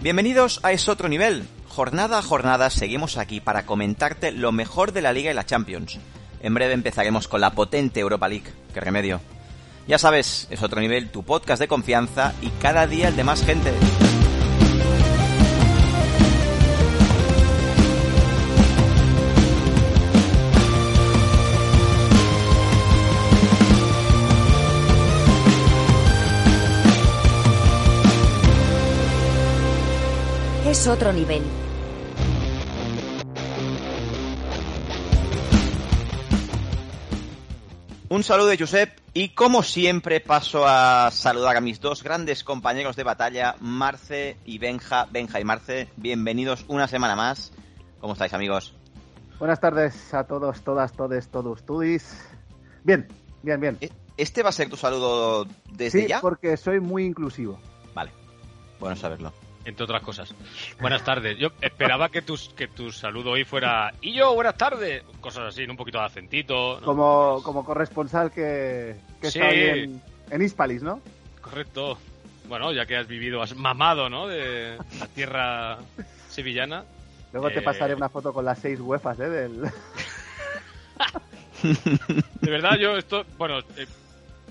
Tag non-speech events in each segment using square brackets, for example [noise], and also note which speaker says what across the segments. Speaker 1: Bienvenidos a Es Otro Nivel. Jornada a jornada seguimos aquí para comentarte lo mejor de la Liga y la Champions. En breve empezaremos con la potente Europa League. ¡Qué remedio! Ya sabes, Es Otro Nivel, tu podcast de confianza y cada día el de más gente.
Speaker 2: Es otro nivel.
Speaker 1: Un saludo de Josep y como siempre paso a saludar a mis dos grandes compañeros de batalla, Marce y Benja. Benja y Marce, bienvenidos una semana más. ¿Cómo estáis amigos?
Speaker 3: Buenas tardes a todos, todas, todes, todos, tudis. Bien, bien, bien.
Speaker 1: ¿Este va a ser tu saludo desde
Speaker 3: sí,
Speaker 1: ya?
Speaker 3: porque soy muy inclusivo.
Speaker 1: Vale, bueno saberlo.
Speaker 4: entre otras cosas. Buenas tardes. Yo esperaba que tus que tu saludo hoy fuera y yo buenas tardes, cosas así, ¿no? un poquito de acentito, ¿no?
Speaker 3: Como, como corresponsal que, que
Speaker 4: Sí.
Speaker 3: está ahí en, en Hispalis, ¿no?
Speaker 4: correcto. Bueno, ya que has vivido, has mamado, ¿no? De la tierra sevillana.
Speaker 3: Luego te
Speaker 4: Eh.
Speaker 3: pasaré una foto con las seis huefas, ¿eh? Del... [laughs]
Speaker 4: De verdad, yo esto, bueno, eh,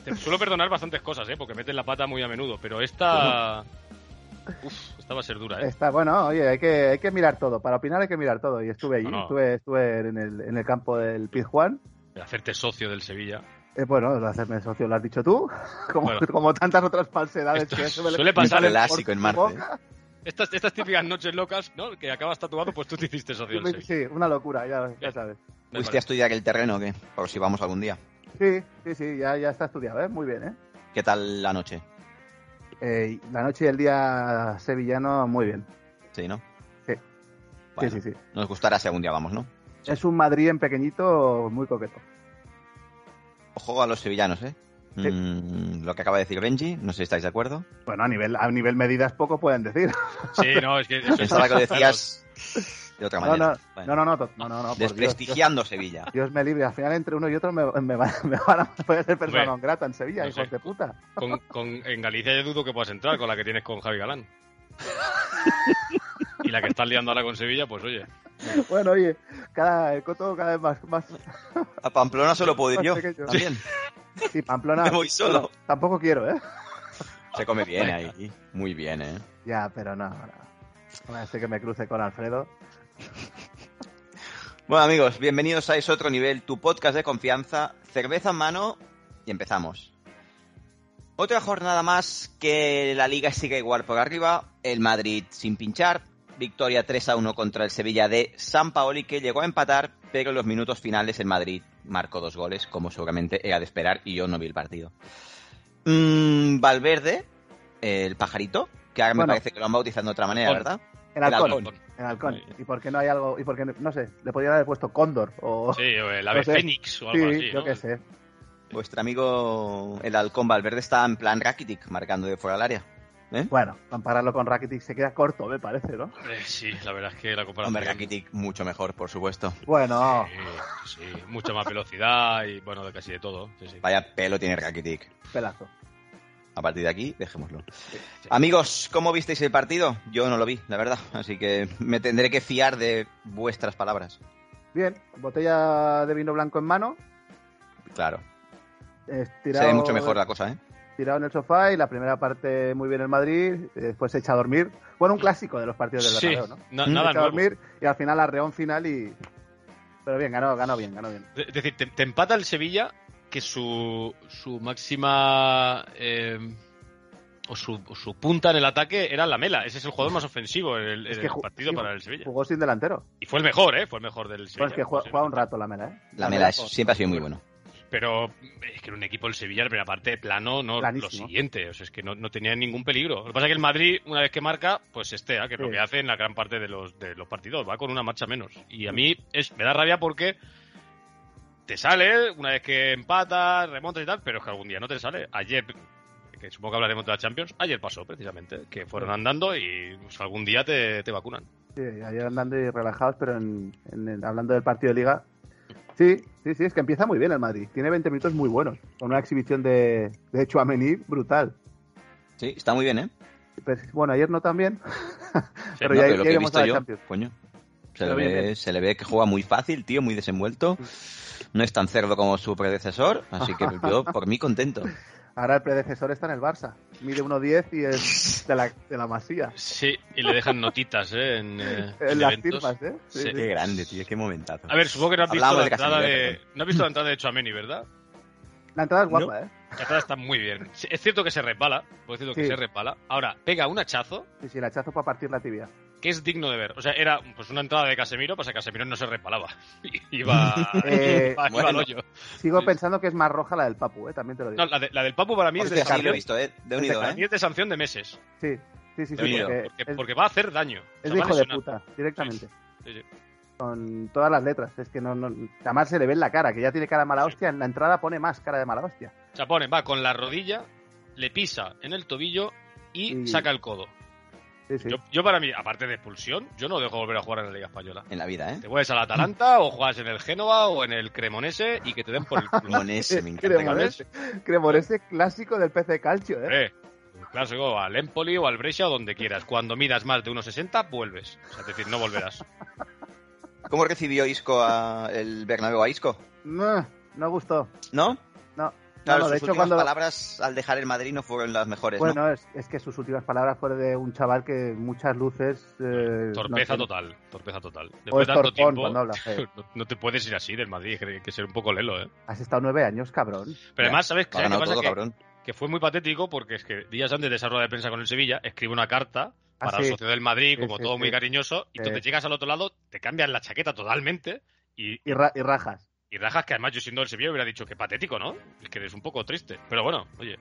Speaker 4: te suelo perdonar bastantes cosas, ¿eh? Porque metes la pata muy a menudo, pero esta, uf, esta va a ser dura, ¿eh?
Speaker 3: Está, bueno, oye, hay que, hay que mirar todo. Para opinar hay que mirar todo. Y estuve allí,
Speaker 4: No, no.
Speaker 3: estuve, estuve en, el, en el campo del Pizjuán.
Speaker 4: De hacerte socio del Sevilla.
Speaker 3: Eh, bueno, lo hacerme socio lo has dicho tú, [laughs] como,
Speaker 4: Bueno.
Speaker 3: como tantas otras falsedades
Speaker 4: Esto
Speaker 3: que
Speaker 4: suele
Speaker 3: salen
Speaker 4: pasar
Speaker 3: por
Speaker 1: clásico en
Speaker 3: tu
Speaker 1: Marte.
Speaker 3: boca.
Speaker 4: Estas, estas típicas noches locas, ¿no? Que acabas tatuado, pues tú te hiciste socio del
Speaker 3: [laughs]
Speaker 4: Sevilla.
Speaker 3: Sí, una locura, ya, ya
Speaker 4: Eh.
Speaker 3: sabes.
Speaker 4: Me
Speaker 1: ¿Fuiste a estudiar el terreno o qué? Por si vamos algún día.
Speaker 3: Sí, sí, sí, ya, ya está estudiado, ¿eh? Muy bien, ¿eh?
Speaker 1: ¿Qué tal la noche?
Speaker 3: Eh, La noche y el día sevillano, muy bien.
Speaker 1: Sí, ¿no?
Speaker 3: Sí.
Speaker 1: Bueno,
Speaker 3: Sí, sí, sí.
Speaker 1: Nos gustará si algún día vamos, ¿no?
Speaker 3: Es un Madrid en pequeñito muy coqueto.
Speaker 1: Ojo a los sevillanos, ¿eh?
Speaker 3: Sí.
Speaker 1: Mm, lo que acaba de decir Benji, no sé si estáis de acuerdo.
Speaker 3: Bueno, a nivel, a nivel medidas poco pueden decir. [laughs]
Speaker 4: parece. Sí, no, es que...
Speaker 1: Pensaba que lo decías de otra
Speaker 3: No,
Speaker 1: manera.
Speaker 3: no,
Speaker 1: Bueno,
Speaker 3: no, no, no, to- no, no, no, por Dios.
Speaker 1: desprestigiando Sevilla.
Speaker 3: Dios me libre, al final entre uno y otro me, me van, [laughs] me van a poder ser persona
Speaker 4: Hombre,
Speaker 3: non grata en Sevilla,
Speaker 4: no sé.
Speaker 3: hijos de puta.
Speaker 4: Con, con- en Galicia yo dudo que puedas entrar con la que tienes con Javi
Speaker 3: [laughs]
Speaker 4: Galán. y la que estás liando ahora con Sevilla, pues oye.
Speaker 3: Bueno, oye, cada, el coto cada vez más, más,
Speaker 1: A Pamplona solo puedo ir yo.
Speaker 3: [laughs] Más pequeño.
Speaker 1: También.
Speaker 3: Sí, Pamplona.
Speaker 1: [laughs] Me voy solo.
Speaker 3: bueno, tampoco quiero, ¿eh?
Speaker 1: Se come bien ahí. Muy bien, ¿eh?
Speaker 3: Ya, pero no, no. No me hace que me cruce con Alfredo.
Speaker 1: Bueno, amigos, bienvenidos a Es Otro Nivel, tu podcast de confianza, cerveza en mano y empezamos. Otra jornada más que la liga sigue igual por arriba, el Madrid sin pinchar, victoria 3 a 1 contra el Sevilla de San Paoli que llegó a empatar, pero en los minutos finales el Madrid marcó dos goles, como seguramente era de esperar y yo no vi el partido. Mm, Valverde, el pajarito, que ahora
Speaker 3: Bueno.
Speaker 1: me parece que lo han bautizado de otra manera,
Speaker 4: Bueno.
Speaker 1: ¿verdad?
Speaker 3: El
Speaker 1: El
Speaker 3: halcón.
Speaker 1: halcón.
Speaker 3: El halcón.
Speaker 4: Muy
Speaker 3: Y porque no hay algo. Y porque, no sé, le podrían haber puesto cóndor o.
Speaker 4: Sí, o el ave
Speaker 3: No sé. [laughs]
Speaker 4: Fénix o algo
Speaker 3: Sí,
Speaker 4: así.
Speaker 3: yo
Speaker 4: ¿no?
Speaker 3: qué sé.
Speaker 1: Vuestro amigo el halcón Valverde está en plan Rakitic, marcando de fuera del área. ¿Eh?
Speaker 3: Bueno, compararlo con Rakitic se queda corto, me parece,
Speaker 4: [laughs]
Speaker 3: ¿no?
Speaker 4: Eh, sí, la verdad es que la comparación.
Speaker 1: Hombre, Rakitic mucho mejor, por supuesto.
Speaker 3: Bueno,
Speaker 4: Sí, sí, mucha más velocidad y bueno, de casi de todo. Sí, sí.
Speaker 1: Vaya pelo tiene Rakitic.
Speaker 3: pelazo.
Speaker 1: A partir de aquí, dejémoslo.
Speaker 4: sí.
Speaker 3: Ah,
Speaker 1: Amigos, ¿cómo visteis el partido? Yo no lo vi, la verdad. Así que me tendré que fiar de vuestras palabras.
Speaker 3: Bien, botella de vino blanco en mano.
Speaker 1: Claro.
Speaker 3: Estirado,
Speaker 1: Se ve mucho mejor la cosa, ¿eh?
Speaker 3: Tirado en el sofá y la primera parte muy bien el Madrid, eh, después se echa a dormir. Bueno, un clásico de los partidos del
Speaker 4: Sí,
Speaker 3: Bernabéu, ¿no?
Speaker 4: na-
Speaker 1: Mm.
Speaker 3: se
Speaker 4: [laughs] nada
Speaker 3: echa a
Speaker 4: nuevo.
Speaker 3: dormir y al final arreón final y... Pero bien, ganó, ganó bien, ganó bien.
Speaker 4: De- Es decir, te, te empata el Sevilla, que su, su máxima. eh, o, su, o su punta en el ataque era la mela. Ese es el jugador más ofensivo en el,
Speaker 3: Es
Speaker 4: en
Speaker 3: que
Speaker 4: el
Speaker 3: ju-
Speaker 4: partido
Speaker 3: sí,
Speaker 4: para el Sevilla.
Speaker 3: Jugó sin delantero.
Speaker 4: Y fue el mejor, ¿eh? Fue el mejor del Sevilla.
Speaker 3: Bueno, es que juega,
Speaker 4: Sí.
Speaker 3: juega un rato la mela, ¿eh?
Speaker 1: La mela es- siempre ha sido muy bueno.
Speaker 4: Pero es que era un equipo del Sevilla, la primera parte, plano, no
Speaker 3: Planísimo.
Speaker 4: lo siguiente. O sea, es que no, no tenía ningún peligro. Lo que pasa es que el Madrid, una vez que marca, pues este, que es lo
Speaker 3: Sí.
Speaker 4: que hace en la gran parte de los, de los partidos, va con una marcha menos. Y a mí es, me da rabia porque te sale una vez que empatas, remontas y tal, pero es que algún día no te sale. Ayer, que supongo que hablaremos de la Champions, ayer pasó precisamente, que fueron andando y pues, algún día te, te vacunan.
Speaker 3: Sí, ayer andando y relajados, pero en, en el- hablando del partido de liga. Sí, sí, sí, es que empieza muy bien el Madrid. Tiene 20 minutos muy buenos, con una exhibición de, de Chouameni brutal.
Speaker 1: Sí, está muy bien, ¿eh?
Speaker 3: Pero, bueno, ayer no también. [laughs] pero
Speaker 1: No,
Speaker 3: ya,
Speaker 1: pero
Speaker 3: ya
Speaker 1: lo que he
Speaker 3: iremos
Speaker 1: visto
Speaker 3: a la
Speaker 1: yo,
Speaker 3: Champions.
Speaker 1: coño. Se le,
Speaker 3: Pero bien, Mm.
Speaker 1: ve,
Speaker 3: bien.
Speaker 1: se le ve que juega muy fácil, tío, muy desenvuelto. No es tan cerdo como su predecesor, así
Speaker 3: [laughs]
Speaker 1: que yo, por mí, contento.
Speaker 3: Ahora el predecesor está en el Barça. Mide 1.10 y es de la, de la masía.
Speaker 4: Sí, y le dejan notitas, ¿eh? En, eh,
Speaker 3: [laughs] En
Speaker 4: en
Speaker 3: las
Speaker 4: eventos.
Speaker 3: firmas, ¿eh? Sí,
Speaker 4: Sí.
Speaker 3: sí.
Speaker 1: Qué grande, tío, qué momentazo.
Speaker 4: A ver, supongo que no has visto
Speaker 1: Hablamos
Speaker 4: la
Speaker 1: de
Speaker 4: entrada
Speaker 1: Casemiro,
Speaker 4: de. No has visto la entrada de Chouameni, ¿verdad?
Speaker 3: La entrada es
Speaker 1: No.
Speaker 3: guapa, ¿eh?
Speaker 4: La entrada está muy bien. Sí, Es cierto que se resbala, puedo decirlo que
Speaker 3: Sí.
Speaker 4: se resbala. Ahora, pega un hachazo
Speaker 3: Sí, sí, el hachazo para partir la tibia.
Speaker 4: que es digno de ver. O sea, era pues una entrada de Casemiro, pues a Casemiro no se resbalaba. [laughs] Iba,
Speaker 3: [laughs] Eh,
Speaker 4: iba, iba al
Speaker 1: bueno.
Speaker 4: hoyo.
Speaker 3: Sigo
Speaker 4: Sí.
Speaker 3: pensando que es más roja la del Papu, ¿eh? También te lo digo.
Speaker 4: No, la, de- la del Papu para mí es de
Speaker 1: Hostia, sí, lo he
Speaker 4: sanción.
Speaker 1: visto, ¿eh? De unido,
Speaker 4: Para mí
Speaker 1: ¿eh?
Speaker 4: es de sanción de meses.
Speaker 3: Sí, sí, sí, sí.
Speaker 1: Te lo digo,
Speaker 3: Porque,
Speaker 4: Porque,
Speaker 3: es,
Speaker 4: porque va a hacer daño.
Speaker 3: es de
Speaker 4: O sea, va a
Speaker 3: hijo de
Speaker 4: lesionar.
Speaker 3: puta, directamente.
Speaker 4: Sí, sí.
Speaker 3: Con todas las letras. Es que no, no. Además se le ve en la cara, que ya tiene cara de mala
Speaker 4: Sí.
Speaker 3: hostia. En la entrada pone más cara de mala hostia.
Speaker 4: O sea, pone, va con la rodilla, le pisa en el tobillo y
Speaker 3: Sí.
Speaker 4: saca el codo.
Speaker 3: Sí, sí. [laughs]
Speaker 4: Yo, yo para mí, aparte de expulsión, yo no dejo volver a jugar en la Liga Española.
Speaker 1: En la vida, ¿eh?
Speaker 4: Te vuelves al Atalanta o juegas en el Génova o en el Cremonese y que te den por el culo.
Speaker 1: Cremonese, me encanta.
Speaker 3: Cremonese, Cremonese clásico del PC Calcio, ¿eh?
Speaker 4: Eh, clásico, al Empoli o al Brescia o donde quieras. Cuando midas más de 1,60, vuelves. O sea, es decir, no
Speaker 3: [laughs]
Speaker 4: volverás.
Speaker 1: Cremonese. ¿Cómo recibió Isco a- el Bernabéu a Isco?
Speaker 3: No, no gustó.
Speaker 1: ¿No?
Speaker 3: No.
Speaker 1: Claro,
Speaker 3: No, no,
Speaker 1: sus
Speaker 3: de hecho,
Speaker 1: últimas
Speaker 3: cuando.
Speaker 1: palabras al dejar el Madrid no fueron las mejores, ¿no?
Speaker 3: Bueno, es, es que sus últimas palabras fueron de un chaval que muchas luces. eh,
Speaker 4: Torpeza
Speaker 3: no sé,
Speaker 4: total, torpeza total.
Speaker 3: O
Speaker 4: Después
Speaker 3: es
Speaker 4: de tanto
Speaker 3: torpón
Speaker 4: tiempo,
Speaker 3: cuando habla.
Speaker 4: [laughs]
Speaker 3: eh.
Speaker 4: no, no te puedes ir así del Madrid, que hay que ser un poco lelo, ¿eh?
Speaker 3: Has estado nueve años, cabrón.
Speaker 4: Pero
Speaker 1: Ya,
Speaker 4: además, ¿sabes
Speaker 1: Ha
Speaker 4: ¿sabes qué
Speaker 1: ganado
Speaker 4: pasa?
Speaker 1: todo,
Speaker 4: que,
Speaker 1: cabrón.
Speaker 4: que fue muy patético porque es que días antes de esa rueda de prensa con el Sevilla, escribe una carta
Speaker 3: Ah,
Speaker 4: para
Speaker 3: sí.
Speaker 4: el socio del Madrid,
Speaker 3: Sí,
Speaker 4: como
Speaker 3: sí,
Speaker 4: todo muy
Speaker 3: sí.
Speaker 4: cariñoso, y
Speaker 3: Sí.
Speaker 4: entonces llegas al otro lado, te cambian la chaqueta totalmente y,
Speaker 3: Y, ra- y rajas.
Speaker 4: y rajas que además yo siendo del Sevilla hubiera dicho que patético, ¿no? Es que eres un poco triste. Pero bueno, oye,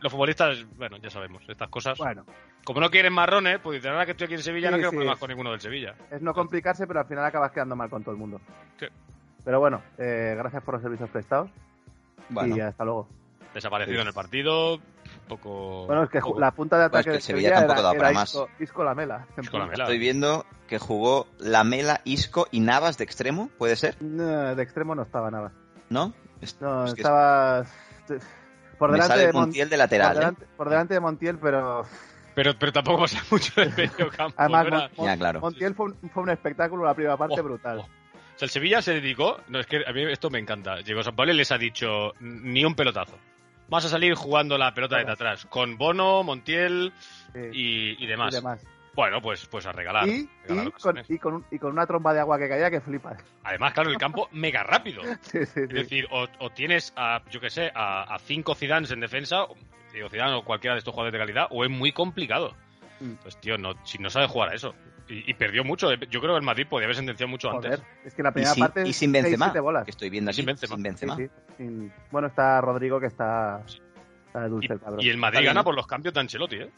Speaker 4: los futbolistas, bueno, ya sabemos, estas cosas.
Speaker 3: Bueno,
Speaker 4: Como no quieren marrones, pues dicen, ahora que estoy aquí en Sevilla,
Speaker 3: Sí,
Speaker 4: no quiero
Speaker 3: sí.
Speaker 4: problemas con ninguno del Sevilla.
Speaker 3: es no complicarse, pero al final acabas quedando mal con todo el mundo.
Speaker 4: Sí.
Speaker 3: Pero bueno, eh, gracias por los servicios prestados
Speaker 1: Bueno,
Speaker 3: y hasta luego.
Speaker 4: Desaparecido
Speaker 1: Sí.
Speaker 4: en el partido, un poco...
Speaker 3: Bueno, es que ju-
Speaker 4: poco-
Speaker 3: la punta de
Speaker 1: Pues
Speaker 3: ataque
Speaker 1: que
Speaker 3: de
Speaker 1: el Sevilla tampoco da
Speaker 3: era,
Speaker 1: para
Speaker 3: era
Speaker 1: más.
Speaker 3: Isco, Isco Lamela.
Speaker 4: Isco Lamela.
Speaker 1: estoy viendo que jugó Lamela, Isco y Navas de extremo, ¿puede ser?
Speaker 3: No, de extremo no estaba nada.
Speaker 1: ¿No? Es-
Speaker 3: No,
Speaker 1: es que
Speaker 3: estaba por
Speaker 1: me
Speaker 3: delante
Speaker 1: sale
Speaker 3: de Mon-
Speaker 1: Montiel de
Speaker 3: por
Speaker 1: lateral, ¿eh?
Speaker 3: delante, por delante de Montiel, pero
Speaker 4: Pero, pero tampoco pasa [laughs] mucho del
Speaker 3: [laughs]
Speaker 4: medio campo.
Speaker 3: además
Speaker 4: no era-
Speaker 3: Mon-
Speaker 1: Ya, claro.
Speaker 3: Montiel fue un, fue un espectáculo la primera parte
Speaker 4: Oh,
Speaker 3: brutal.
Speaker 4: oh. O sea, el Sevilla se dedicó. No, es que a mí esto me encanta. Llegó San Pablo y les ha dicho ni un pelotazo. Vas a salir jugando la pelota desde atrás. Con Bono, Montiel
Speaker 3: sí,
Speaker 4: oh, y, y
Speaker 3: y
Speaker 4: demás.
Speaker 3: demás.
Speaker 4: Bueno, pues, pues a regalar.
Speaker 3: Y-
Speaker 4: regalar
Speaker 3: y con,
Speaker 4: ocasiones.
Speaker 3: y con un- y con una tromba de agua que caía que flipas. [laughs]
Speaker 4: Además, claro, el campo mega rápido.
Speaker 3: Sí, sí, sí.
Speaker 4: Es decir, o, o tienes a, yo que sé, a, a cinco Zidans en defensa, o- digo Zidane o cualquiera de estos jugadores de calidad, o es muy complicado.
Speaker 3: Mm.
Speaker 4: Entonces, tío, no, si no sabe jugar a eso. Y, y perdió mucho. eh. Yo creo que el Madrid podía haber sentenciado mucho
Speaker 3: Joder,
Speaker 4: antes.
Speaker 3: es que la
Speaker 1: Y
Speaker 3: primera
Speaker 1: sin,
Speaker 3: parte
Speaker 1: y sin
Speaker 3: seis,
Speaker 1: Benzema,
Speaker 3: siete bolas.
Speaker 1: que estoy viendo
Speaker 4: Y
Speaker 1: aquí,
Speaker 4: sin Benzema.
Speaker 1: sin Benzema.
Speaker 3: Sí, sí, sin- Bueno, está Rodrigo que está, está de
Speaker 4: Y,
Speaker 3: dulce el cabrón.
Speaker 4: y el Madrid
Speaker 1: Está bien,
Speaker 4: gana
Speaker 1: ¿eh?
Speaker 4: por los cambios de Ancelotti, ¿eh?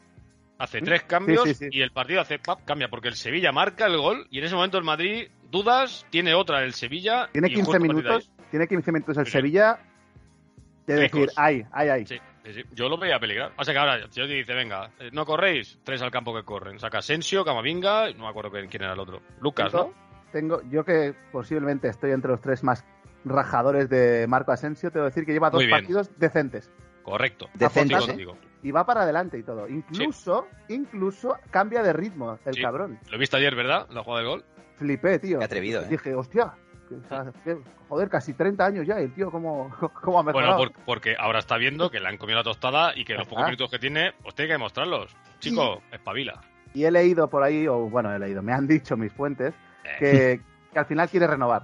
Speaker 4: Hace
Speaker 3: ¿Mm?
Speaker 4: tres cambios
Speaker 3: Sí, sí, sí.
Speaker 4: y el partido hace pap, cambia porque el Sevilla marca el gol y en ese momento el Madrid dudas, tiene otra el Sevilla.
Speaker 3: Tiene
Speaker 4: y justo
Speaker 3: 15
Speaker 4: a partir de ahí-
Speaker 3: minutos, tiene 15 minutos el
Speaker 4: Sí, sí.
Speaker 3: Sevilla de
Speaker 4: Ricos.
Speaker 3: decir, ay, ay, ay.
Speaker 4: Sí, sí, sí. Yo lo veía peligrar. O sea que ahora Ancelotti dice, venga, eh, no corréis, tres al campo que corren. Saca Asensio, Camavinga, y no me acuerdo quién quién era el otro. Lucas, ¿no?
Speaker 3: Tengo- Tengo, yo que posiblemente estoy entre los tres más rajadores de Marco Asensio, te voy a decir que lleva dos
Speaker 4: Muy bien.
Speaker 3: partidos decentes.
Speaker 4: Correcto.
Speaker 1: Decentes,
Speaker 4: Estoy
Speaker 1: ¿eh?
Speaker 4: contigo.
Speaker 3: Y va para adelante y todo. Incluso, incluso cambia de ritmo el
Speaker 4: Sí.
Speaker 3: cabrón.
Speaker 4: Lo viste ayer, ¿verdad? La jugada del gol.
Speaker 3: Flipé, tío.
Speaker 1: Qué atrevido, ¿eh?
Speaker 3: Dije, hostia, que- o sea, que- joder, casi 30 años ya, y el tío cómo, [laughs] cómo ha
Speaker 4: Bueno,
Speaker 3: mejorado.
Speaker 4: por- porque ahora está viendo que le han comido la tostada y que los pocos
Speaker 3: Ajá.
Speaker 4: minutos que tiene, os tiene que demostrarlos. Chico, espabila.
Speaker 3: Y he leído por ahí, o bueno, he leído, me han dicho mis fuentes,
Speaker 4: Eh.
Speaker 3: que, que al final quiere renovar.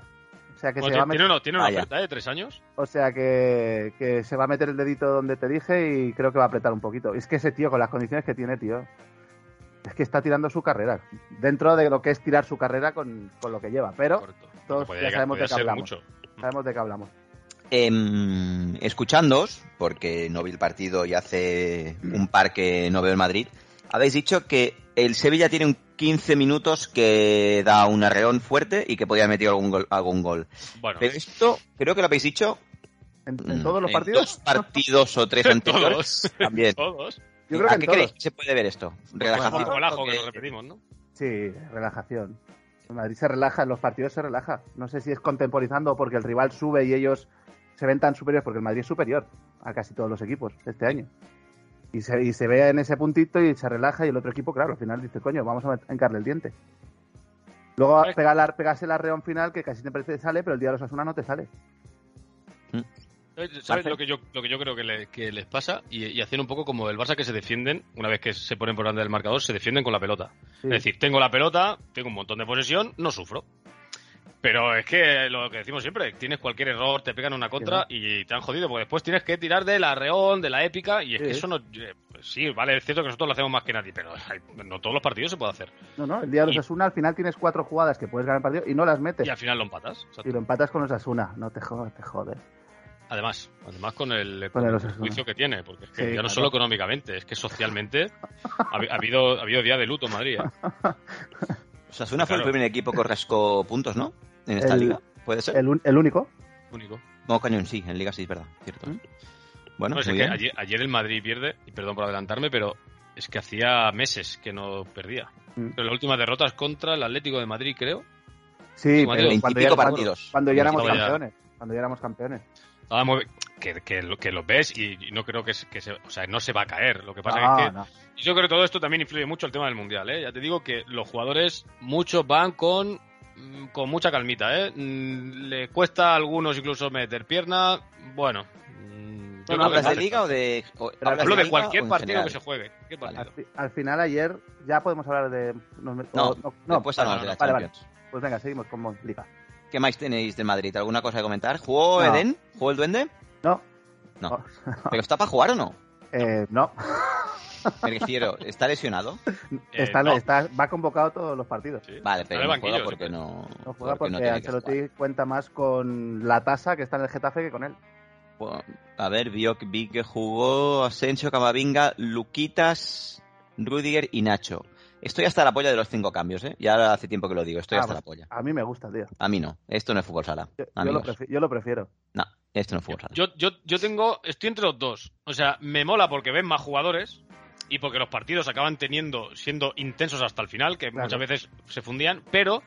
Speaker 3: O sea que,
Speaker 4: Bueno,
Speaker 3: se va, a
Speaker 4: tiene,
Speaker 3: meter,
Speaker 4: una, tiene una
Speaker 1: Vaya.
Speaker 4: oferta de tres años.
Speaker 3: o sea que, que se va a meter el dedito donde te dije y creo que va a apretar un poquito. Es que ese tío, con las condiciones que tiene, tío, es que está tirando su carrera. Dentro de lo que es tirar su carrera con, con lo que lleva. Pero
Speaker 4: Correcto. Pues
Speaker 3: todos
Speaker 4: Podía
Speaker 3: ya
Speaker 4: llegar-
Speaker 3: sabemos
Speaker 4: podía
Speaker 3: de qué
Speaker 4: ser
Speaker 3: hablamos.
Speaker 4: mucho.
Speaker 3: sabemos de qué hablamos.
Speaker 1: Em, escuchándoos, porque no vi el partido y hace un par que no veo el Madrid, habéis dicho que el Sevilla tiene un 15 minutos que da un arreón fuerte y que podía haber metido algún gol. Algún gol.
Speaker 4: Bueno,
Speaker 1: Pero esto creo que lo habéis dicho
Speaker 3: ¿En, en
Speaker 1: mm,
Speaker 3: todos los
Speaker 1: en
Speaker 3: partidos?
Speaker 1: dos partidos o
Speaker 4: [laughs]
Speaker 1: tres anteriores
Speaker 4: todos,
Speaker 1: también.
Speaker 4: todos.
Speaker 3: Yo creo que
Speaker 1: ¿A
Speaker 3: en
Speaker 1: qué
Speaker 3: todos.
Speaker 1: creéis que se puede ver esto?
Speaker 4: Como
Speaker 1: Relajación.
Speaker 4: el ajo que
Speaker 1: porque-
Speaker 4: nos repetimos, ¿no?
Speaker 3: Sí, relajación. El Madrid se relaja, en los partidos se relaja. No sé si es contemporizando porque el rival sube y ellos se ven tan superiores, porque el Madrid es superior a casi todos los equipos este año. Y se, y se ve en ese puntito y se relaja y el otro equipo, claro, al final dice, coño, vamos a encarle el diente. Luego
Speaker 4: Ay.
Speaker 3: pega la- pegarse el arreón final que casi siempre te sale, pero el día de los Asuna no te sale.
Speaker 4: ¿Sabes ¿sabes
Speaker 1: Marcel.
Speaker 4: lo que yo, lo que yo creo que, le- que les pasa? Y, y hacer un poco como el Barça que se defienden, una vez que se ponen por delante del marcador, se defienden con la pelota.
Speaker 3: Sí.
Speaker 4: Es decir, tengo la pelota, tengo un montón de posesión, no sufro. Pero es que lo que decimos siempre, tienes cualquier error, te pegan una contra y te han jodido, porque después tienes que tirar del arreón, de la épica, y es que
Speaker 3: Sí.
Speaker 4: eso no... eh, Sí, vale, es cierto que nosotros lo hacemos más que nadie, pero ay, no todos los partidos se puede hacer.
Speaker 3: No, no, el día de los
Speaker 4: Y-
Speaker 3: Asuna al final tienes cuatro jugadas que puedes ganar el partido y no las metes.
Speaker 4: Y al final lo empatas. exacto.
Speaker 3: Y lo empatas con los Asuna. No te jodas, te jodes.
Speaker 4: Además, además con el,
Speaker 3: Con el Osasuna.
Speaker 4: juicio que tiene, porque es que
Speaker 3: Sí,
Speaker 4: ya no
Speaker 3: claro.
Speaker 4: solo económicamente, es que socialmente ha, ha habido, ha habido día de luto en Madrid. ¿eh?
Speaker 1: Osasuna fue
Speaker 4: Claro.
Speaker 1: el primer equipo que rascó puntos, ¿no? En esta
Speaker 3: El-
Speaker 1: liga, ¿puede ser?
Speaker 3: El, un- el único.
Speaker 4: Único.
Speaker 1: No, cañón, sí, en liga sí, es verdad, cierto.
Speaker 3: ¿Mm?
Speaker 1: Bueno,
Speaker 4: No, Pues es
Speaker 1: muy
Speaker 4: que
Speaker 1: bien.
Speaker 4: ayer, ayer el Madrid pierde, y perdón por adelantarme, pero es que hacía meses que no perdía.
Speaker 3: Mm.
Speaker 4: Pero la última derrota es contra el Atlético de Madrid, creo.
Speaker 3: Sí,
Speaker 4: Como
Speaker 3: pero
Speaker 4: digo,
Speaker 3: cuando
Speaker 1: 25
Speaker 3: ya, cuando-
Speaker 1: partidos.
Speaker 3: cuando ya éramos
Speaker 4: Estaba ya-
Speaker 3: campeones. Cuando ya éramos campeones.
Speaker 4: Estaba ah, muy- Que, que, lo- que lo ves y, y no creo que, se- que se, o sea, no se va a caer. Lo que pasa
Speaker 3: No,
Speaker 4: es que
Speaker 3: no.
Speaker 4: Y Yo creo que todo esto también influye mucho el tema del mundial, ¿eh? Ya te digo que los jugadores, muchos van con, mm, con mucha calmita, ¿eh? Mm, Le cuesta a algunos incluso meter pierna. Bueno. mm, yo creo
Speaker 1: ¿Hablas
Speaker 4: que-
Speaker 1: de liga o de.? o- hablas
Speaker 4: Hablo de
Speaker 1: liga o
Speaker 4: cualquier
Speaker 1: en
Speaker 4: partido que se
Speaker 1: general?
Speaker 4: juegue. ¿Qué partido?
Speaker 3: Al, fi- al final ayer ya podemos hablar de... nos me-
Speaker 1: No,
Speaker 3: o- no,
Speaker 1: Después
Speaker 3: vale,
Speaker 1: hablamos de la
Speaker 3: vale, vale.
Speaker 1: Champions.
Speaker 3: Pues venga, seguimos con Liga.
Speaker 1: ¿Qué más tenéis de Madrid? ¿Alguna cosa que comentar? ¿Jugó
Speaker 3: No.
Speaker 1: Eden? ¿Jugó el Duende?
Speaker 3: No,
Speaker 1: No.
Speaker 3: No.
Speaker 1: [laughs] ¿Pero está para jugar o no?
Speaker 3: eh, no.
Speaker 1: Me refiero, ¿está lesionado?
Speaker 3: Está-
Speaker 4: Eh, no.
Speaker 3: está- va convocado todos los partidos.
Speaker 4: Sí.
Speaker 1: Vale,
Speaker 4: Sale
Speaker 1: pero no
Speaker 4: banquillo,
Speaker 1: juega
Speaker 4: sí.
Speaker 1: porque no.
Speaker 3: No juega porque,
Speaker 1: tiene que
Speaker 3: Ancelotti cuenta más con la tasa que está en el Getafe que con él.
Speaker 1: jugar. A ver, vio, vi que jugó Asensio, Camavinga, Luquitas, Rudiger y Nacho. Estoy hasta la polla de los cinco cambios, ¿eh? Ya hace tiempo que lo digo, estoy
Speaker 3: Ah,
Speaker 1: hasta
Speaker 3: bueno.
Speaker 1: la polla.
Speaker 3: A mí me gusta, tío.
Speaker 1: A mí no, esto no es fútbol sala.
Speaker 3: Yo, yo lo,
Speaker 1: Amigos.
Speaker 3: prefi- yo lo prefiero.
Speaker 1: No, esto no es fútbol sala.
Speaker 4: Yo, yo, yo tengo, estoy entre los dos. O sea, me mola porque ven más jugadores y porque los partidos acaban teniendo, siendo intensos hasta el final, que
Speaker 3: Claro.
Speaker 4: muchas veces se fundían, pero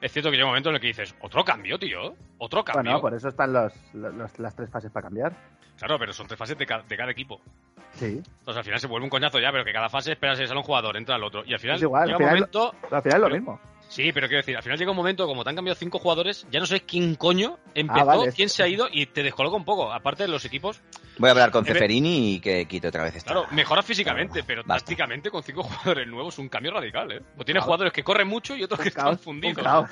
Speaker 4: es cierto que llega un momento en el que dices, otro cambio, tío, otro cambio.
Speaker 3: Bueno, por eso están los, los- las tres fases para cambiar.
Speaker 4: Claro, pero son tres fases de, ca- de cada equipo.
Speaker 3: Sí.
Speaker 4: Entonces al final se vuelve un coñazo ya, pero que cada fase esperas que sale un jugador, entra el otro. Y al final
Speaker 3: Es igual,
Speaker 4: llega
Speaker 3: al
Speaker 4: un
Speaker 3: final-
Speaker 4: momento.
Speaker 3: Al final es lo
Speaker 4: Pero- [laughs]
Speaker 3: mismo.
Speaker 4: Sí, pero quiero decir, al final llega un momento, como te han cambiado cinco jugadores, ya no sabes quién coño empezó,
Speaker 3: Ah, vale.
Speaker 4: quién se ha ido y te descoloca un poco. Aparte de los equipos,
Speaker 1: Voy a hablar con
Speaker 4: Eden-
Speaker 1: Ceferini y que quite otra vez esta.
Speaker 4: claro,
Speaker 3: Ah.
Speaker 4: mejoras físicamente,
Speaker 1: Claro,
Speaker 4: pero
Speaker 1: basta.
Speaker 4: tácticamente con cinco [laughs] jugadores nuevos un cambio radical, ¿eh? O tienes
Speaker 3: Claro.
Speaker 4: jugadores que corren mucho y otros
Speaker 3: Ah. Un
Speaker 4: que están
Speaker 3: caos,
Speaker 4: fundidos.
Speaker 3: un caos.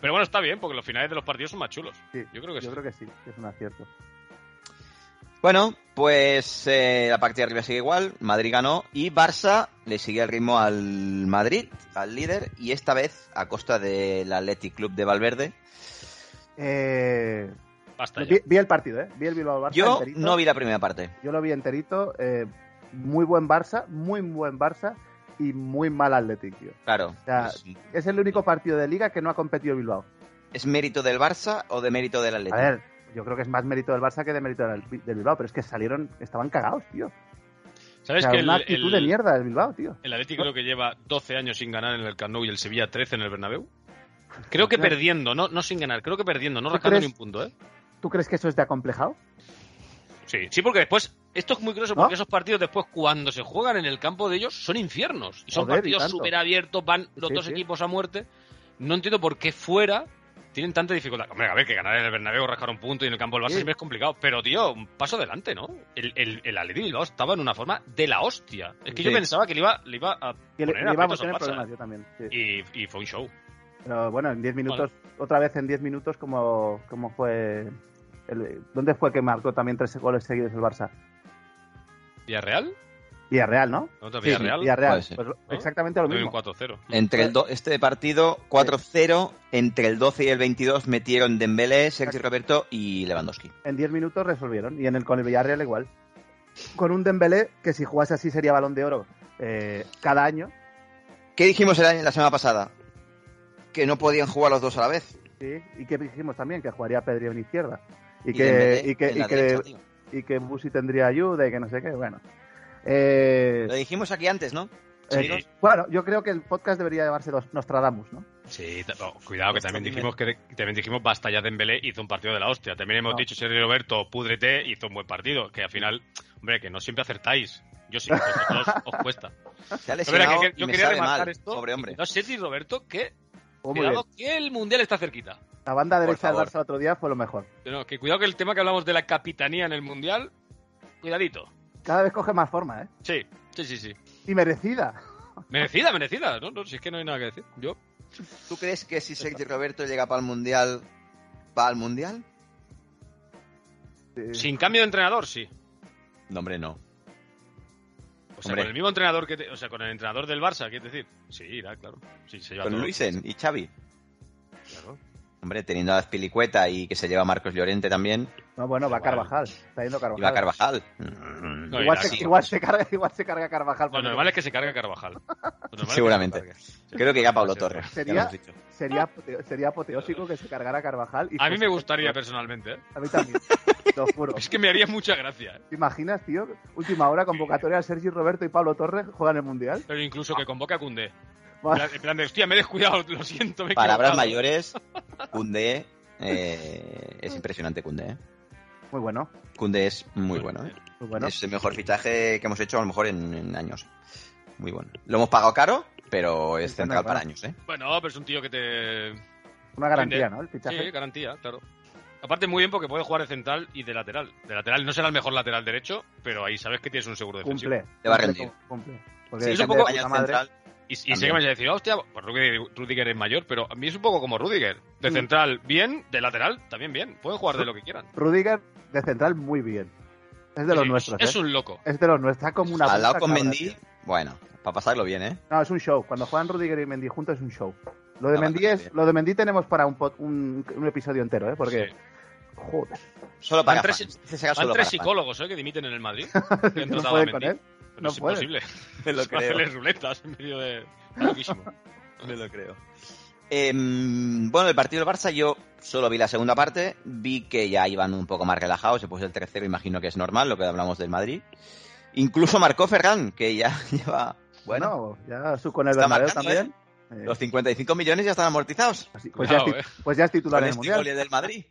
Speaker 4: Pero bueno, está bien, porque los finales de los partidos son más chulos.
Speaker 3: Sí,
Speaker 4: Yo creo que sí.
Speaker 3: Yo creo que sí, que es un acierto.
Speaker 1: Bueno, pues eh, la parte de arriba sigue igual, Madrid ganó y Barça le sigue el ritmo al Madrid, al líder, y esta vez a costa del Athletic Club de Valverde.
Speaker 3: Eh,
Speaker 4: Basta ya.
Speaker 3: vi, vi el partido, ¿eh? Vi el Bilbao Barça.
Speaker 1: Yo
Speaker 3: enterito.
Speaker 1: no vi la primera parte.
Speaker 3: Yo lo vi enterito. eh, muy buen Barça, muy buen Barça y muy mal Atlético.
Speaker 1: Claro,
Speaker 3: sea,
Speaker 1: es,
Speaker 3: Es el único partido de liga que no ha competido Bilbao.
Speaker 1: ¿es mérito del Barça o de mérito del Athletic?
Speaker 3: A ver, yo creo que es más mérito del Barça que de mérito del, del Bilbao, pero es que salieron, estaban cagados, tío.
Speaker 4: ¿Sabes
Speaker 3: o sea,
Speaker 4: que
Speaker 3: una
Speaker 4: el,
Speaker 3: actitud
Speaker 4: el-
Speaker 3: de mierda del Bilbao, tío.
Speaker 4: El Atlético creo que lleva 12 años sin ganar en el Camp Nou y el Sevilla 13 en el Bernabéu. Creo que perdiendo, no, no sin ganar, creo que perdiendo, no
Speaker 3: ¿Tú
Speaker 4: rascando ni
Speaker 3: crees?
Speaker 4: un punto, ¿eh?
Speaker 3: ¿Tú crees que eso es de acomplejado?
Speaker 4: Sí, sí, porque después, esto es muy curioso, porque esos partidos después, cuando se juegan en el campo de ellos, son infiernos. Y son
Speaker 3: Joder, y
Speaker 4: partidos
Speaker 3: tanto.
Speaker 4: súper abiertos, van los
Speaker 3: Sí,
Speaker 4: dos
Speaker 3: sí.
Speaker 4: equipos a muerte. No entiendo por qué fuera tienen tanta dificultad. Hombre, a ver, que ganar en el Bernabéu, rascar un punto y en el campo del Barça
Speaker 3: Sí.
Speaker 4: siempre es complicado. Pero, tío, un paso adelante, ¿no? El, el, el Athletic Bilbao estaba en una forma de la hostia. Es que yo
Speaker 1: Sí.
Speaker 4: pensaba que le iba, le iba a
Speaker 3: Que le,
Speaker 4: poner
Speaker 3: le íbamos a
Speaker 4: aprietos
Speaker 3: tener
Speaker 4: al Barça,
Speaker 3: problemas, yo también. sí.
Speaker 4: ¿eh? Y, y fue un show.
Speaker 3: Pero bueno, en 10 minutos, otra vez en 10 minutos, como, como fue. el- eh, ¿Dónde fue que marcó también 13 goles seguidos el Barça?
Speaker 4: ¿Villarreal?
Speaker 3: Villarreal, ¿no?
Speaker 4: ¿Otra
Speaker 1: Sí, sí,
Speaker 4: Villarreal?
Speaker 1: Puede
Speaker 3: Villarreal.
Speaker 1: ser.
Speaker 3: Pues exactamente lo
Speaker 4: Doy un
Speaker 3: mismo.
Speaker 4: 4-0.
Speaker 1: Entre el do- este partido 4-0, entre el 12 y el 22 metieron Dembélé, Sergio Roberto y Lewandowski.
Speaker 3: En 10 minutos resolvieron. Y en el con el Villarreal igual. Con un Dembélé que si jugase así sería balón de oro eh, cada año.
Speaker 1: ¿Qué dijimos el año- la semana pasada? Que no podían jugar los dos a la vez.
Speaker 3: Sí, y que dijimos también que jugaría Pedri en izquierda. Y,
Speaker 1: Y
Speaker 3: que,
Speaker 1: Dembélé
Speaker 3: y que,
Speaker 1: en
Speaker 3: y
Speaker 1: la
Speaker 3: que,
Speaker 1: derecha, tío.
Speaker 3: y que Busi tendría ayuda y que no sé qué. Bueno. Eh,
Speaker 1: Lo dijimos aquí antes, ¿no?
Speaker 4: Sí.
Speaker 3: eh, bueno, yo creo que el podcast debería llamarse los Nostradamus, ¿no?
Speaker 4: Sí, ta- oh,
Speaker 3: Pues
Speaker 4: cuidado que
Speaker 1: Esto
Speaker 4: también
Speaker 1: dime.
Speaker 4: dijimos que también dijimos basta ya Dembélé hizo un partido de la hostia. También hemos
Speaker 3: No.
Speaker 4: dicho Sergio Roberto, púdrete, hizo un buen partido, que al final, hombre, que no siempre acertáis. Yo sí, vosotros os [laughs] cuesta.
Speaker 1: Se ha
Speaker 4: Pero mira,
Speaker 1: lesionado
Speaker 4: que- que
Speaker 1: y
Speaker 4: yo
Speaker 1: me
Speaker 4: quería
Speaker 1: sabe
Speaker 4: remarcar
Speaker 1: mal,
Speaker 4: esto.
Speaker 1: pobre hombre.
Speaker 4: No sé si Roberto que
Speaker 3: Oh, muy bien.
Speaker 4: cuidado que el mundial está cerquita.
Speaker 3: La banda
Speaker 1: Por
Speaker 3: derecha del
Speaker 1: favor.
Speaker 3: Barça otro día fue lo mejor.
Speaker 4: Pero que cuidado que el tema que hablamos de la capitanía en el mundial, cuidadito.
Speaker 3: Cada vez coge más forma, ¿eh?
Speaker 4: Sí, sí,
Speaker 3: [laughs]
Speaker 4: sí, sí.
Speaker 3: Y merecida.
Speaker 4: Merecida, merecida, ¿no? no si es que no hay nada que decir. Yo,
Speaker 1: ¿Tú crees que si Sergio Roberto llega para el Mundial, para el Mundial?
Speaker 3: Sí.
Speaker 4: sin cambio de entrenador, sí.
Speaker 1: No, hombre, no.
Speaker 4: O sea,
Speaker 1: Hombre.
Speaker 4: con el mismo entrenador que... te- o sea, con el entrenador del Barça, quieres decir. Sí, irá, claro. Sí, se lleva
Speaker 1: Con
Speaker 4: todo.
Speaker 1: Luisen y Xavi.
Speaker 4: Claro.
Speaker 1: Hombre, teniendo a Azpilicueta y que se lleva a Marcos Llorente también.
Speaker 3: No, bueno, va
Speaker 4: Igual.
Speaker 3: Carvajal. Está yendo Carvajal.
Speaker 1: Y va Carvajal. Mm,
Speaker 4: No,
Speaker 3: Igual,
Speaker 4: irá,
Speaker 3: se,
Speaker 4: sí.
Speaker 3: igual se carga, [laughs] igual se carga Carvajal.
Speaker 4: Lo
Speaker 3: porque
Speaker 4: normal es que se cargue Carvajal. Lo normal es que se
Speaker 1: Seguramente.
Speaker 4: cargue. Sí.
Speaker 1: Creo que ya Pablo
Speaker 4: Sí,
Speaker 1: Torres.
Speaker 3: Sería-
Speaker 1: ya lo has
Speaker 4: [laughs]
Speaker 1: dicho.
Speaker 3: sería, apote- sería apoteósico que se cargara Carvajal. y
Speaker 4: A mí
Speaker 3: fuese-
Speaker 4: me gustaría personalmente, ¿eh?
Speaker 3: A mí también. Lo
Speaker 4: [laughs]
Speaker 3: juro.
Speaker 4: Es que me haría mucha gracia. ¿eh?
Speaker 3: ¿Te imaginas, tío? Última hora, convocatoria, Sergi Roberto y Pablo Torres juegan el Mundial.
Speaker 4: Pero incluso que convoque a Cundé. En
Speaker 3: Va-
Speaker 4: plan- En plan de, hostia, me he descuidado, lo siento, me he
Speaker 1: Palabras
Speaker 4: equivocado.
Speaker 1: mayores. Cundé. eh, es impresionante Cundé. ¿eh?
Speaker 3: Muy bueno,
Speaker 1: Cundé es
Speaker 4: Pues
Speaker 1: muy bueno. ¿eh?
Speaker 3: muy bueno.
Speaker 1: Es el mejor fichaje que hemos hecho a lo mejor en, en años. Muy bueno. Lo hemos pagado caro, pero es
Speaker 3: Está
Speaker 1: central
Speaker 3: nada.
Speaker 1: para años, ¿eh?
Speaker 4: Bueno, pero es un tío que te.
Speaker 3: Una garantía, ¿no? El fichaje.
Speaker 4: Sí, garantía, claro. Aparte, muy bien porque puede jugar de central y de lateral. De lateral no será el mejor lateral derecho, pero ahí sabes que tienes un seguro defensivo.
Speaker 3: cumple.
Speaker 1: Te va a
Speaker 3: Cumple,
Speaker 1: rendir.
Speaker 3: cum- Cumple. Porque
Speaker 4: Sí, es un
Speaker 3: depende
Speaker 4: poco-
Speaker 3: de
Speaker 1: España
Speaker 3: puta
Speaker 1: es
Speaker 3: madre.
Speaker 1: central.
Speaker 4: Y, y sé que me vais a decir, hostia, pues Rudiger, Rudiger es mayor, pero a mí es un poco como Rudiger. De
Speaker 3: Mm.
Speaker 4: central, bien, de lateral, también bien. Pueden jugar de lo que quieran.
Speaker 3: Rudiger, de central, muy bien. Es de los
Speaker 4: Sí,
Speaker 3: nuestros,
Speaker 4: Es
Speaker 3: ¿eh?
Speaker 4: un loco.
Speaker 3: Es de los nuestros. Está como una
Speaker 1: Al lado
Speaker 3: puta
Speaker 1: con
Speaker 3: cabra,
Speaker 1: Mendy,
Speaker 3: tío.
Speaker 1: bueno, para pasarlo bien, ¿eh?
Speaker 3: No, es un show. Cuando juegan Rudiger y Mendy juntos es un show. Lo de
Speaker 1: Ah,
Speaker 3: Mendy
Speaker 1: bastante
Speaker 3: es,
Speaker 1: bien.
Speaker 3: lo de Mendy tenemos para un, pod- un, un episodio entero, ¿eh? Porque,
Speaker 4: Sí.
Speaker 3: joder,
Speaker 1: Solo para
Speaker 4: Van tres-
Speaker 1: fans. Este será
Speaker 4: Van
Speaker 1: solo
Speaker 4: tres
Speaker 1: para
Speaker 4: [laughs] psicólogos ¿eh? que dimiten en
Speaker 1: [laughs]
Speaker 4: el Madrid. que han
Speaker 3: no
Speaker 4: tratado a
Speaker 3: pueden con
Speaker 4: Mendy.
Speaker 3: él.
Speaker 4: Pero
Speaker 3: no
Speaker 4: es
Speaker 3: pueden.
Speaker 4: imposible.
Speaker 1: fans.
Speaker 4: [laughs]
Speaker 1: Me lo
Speaker 4: Son hacerles ruletas en medio de. Loquísimo.
Speaker 1: [laughs] Me lo creo. Em, bueno, el partido del Barça yo solo vi la segunda parte, vi que ya iban un poco más relajados, se puso el tercero, imagino que es normal, lo que hablamos del Madrid. Incluso marcó Ferran, que ya [laughs] lleva, bueno,
Speaker 3: Bueno, ya su con el
Speaker 1: Está
Speaker 3: Bernabéu
Speaker 1: marcando,
Speaker 3: también. Eh,
Speaker 1: los 55 millones ya están amortizados.
Speaker 3: así- pues,
Speaker 4: Cuidado,
Speaker 3: ya es,
Speaker 4: eh.
Speaker 3: ti- pues ya es titular
Speaker 1: Con
Speaker 3: del
Speaker 1: este
Speaker 3: mundial.
Speaker 1: gol del Madrid.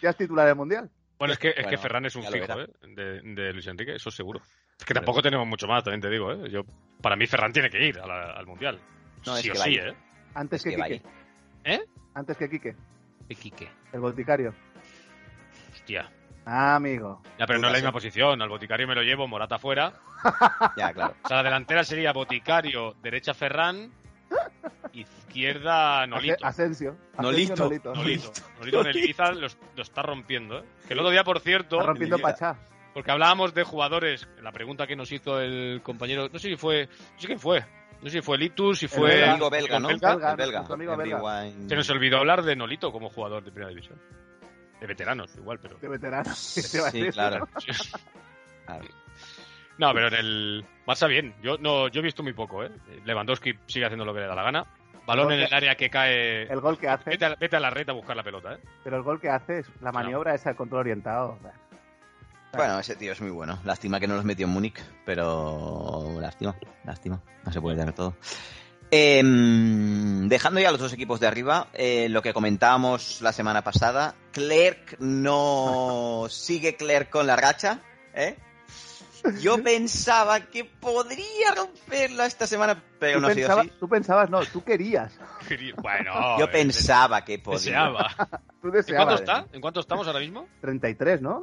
Speaker 3: Ya es titular del mundial.
Speaker 4: Bueno, es que, es que
Speaker 1: Bueno,
Speaker 4: Ferran es un
Speaker 1: ya lo
Speaker 4: fijo
Speaker 1: verá.
Speaker 4: ¿eh? de, de Luis Enrique, eso seguro. Es que tampoco tenemos mucho más, también te digo. ¿eh? Yo, para mí, Ferran tiene que ir a la- al Mundial.
Speaker 1: No, es
Speaker 4: sí o
Speaker 1: que
Speaker 4: sí,
Speaker 1: vaya.
Speaker 4: ¿eh?
Speaker 3: Antes
Speaker 1: Es
Speaker 3: que
Speaker 1: que
Speaker 3: Quique.
Speaker 4: ¿Eh?
Speaker 3: Antes que Quique,
Speaker 4: Quique.
Speaker 3: el boticario.
Speaker 4: Hostia.
Speaker 3: Ah, amigo.
Speaker 4: Ya, pero no
Speaker 1: Lucas,
Speaker 4: es la misma
Speaker 1: ¿eh?
Speaker 4: posición. Al Boticario me lo llevo, Morata fuera.
Speaker 1: Ya, claro.
Speaker 4: O sea, la delantera sería Boticario, derecha Ferran, izquierda Nolito.
Speaker 3: Ase- Asensio. Asensio,
Speaker 1: Nolito.
Speaker 3: Nolito.
Speaker 4: Nolito. Nolito en el Ibiza los- lo está rompiendo. ¿eh? Que el otro día, por cierto,
Speaker 3: Está rompiendo
Speaker 1: Nolito.
Speaker 3: Pachá.
Speaker 4: Porque hablábamos de jugadores. La pregunta que nos hizo el compañero, no sé si fue, no sé quién fue, no sé si fue Litus, si fue
Speaker 1: El
Speaker 3: belga.
Speaker 1: amigo belga, ¿no?
Speaker 3: Belga,
Speaker 1: El belga.
Speaker 3: nuestro amigo
Speaker 1: Henry
Speaker 3: belga.
Speaker 1: Wine-
Speaker 4: Se nos olvidó hablar de Nolito como jugador de primera división. De veteranos, igual, pero.
Speaker 3: De este veterano. [laughs] Te iba a
Speaker 1: Sí,
Speaker 3: decir.
Speaker 1: claro. Claro.
Speaker 4: No, pero en el Barça bien. Yo no, yo he visto muy poco, ¿eh? Lewandowski sigue haciendo lo que le da la gana. Balón en el área que cae.
Speaker 3: El gol que hace,
Speaker 4: Vete a, la- vete a la reta a buscar la pelota, ¿eh?
Speaker 3: pero el gol que hace es la maniobra esa, el control orientado.
Speaker 1: Bueno, ese tío es muy bueno. Lástima que no los metió en Múnich, pero lástima, lástima. No se puede tener todo. Em, dejando ya los dos equipos de arriba, eh, lo que comentábamos la semana pasada, Clerc no sigue Clerc con la racha, ¿eh?
Speaker 3: [laughs]
Speaker 1: Yo pensaba que podría romperla esta semana, pero
Speaker 3: Tú,
Speaker 1: no ha sido
Speaker 3: pensabas,
Speaker 1: así.
Speaker 3: tú pensabas, no, tú querías.
Speaker 1: [laughs]
Speaker 4: Bueno.
Speaker 1: Yo
Speaker 4: eh,
Speaker 1: pensaba que podía.
Speaker 3: [laughs]
Speaker 4: Deseaba.
Speaker 3: Tú
Speaker 4: ¿En cuánto
Speaker 3: deseabas.
Speaker 4: está? ¿En cuánto estamos ahora mismo?
Speaker 3: 33, ¿no?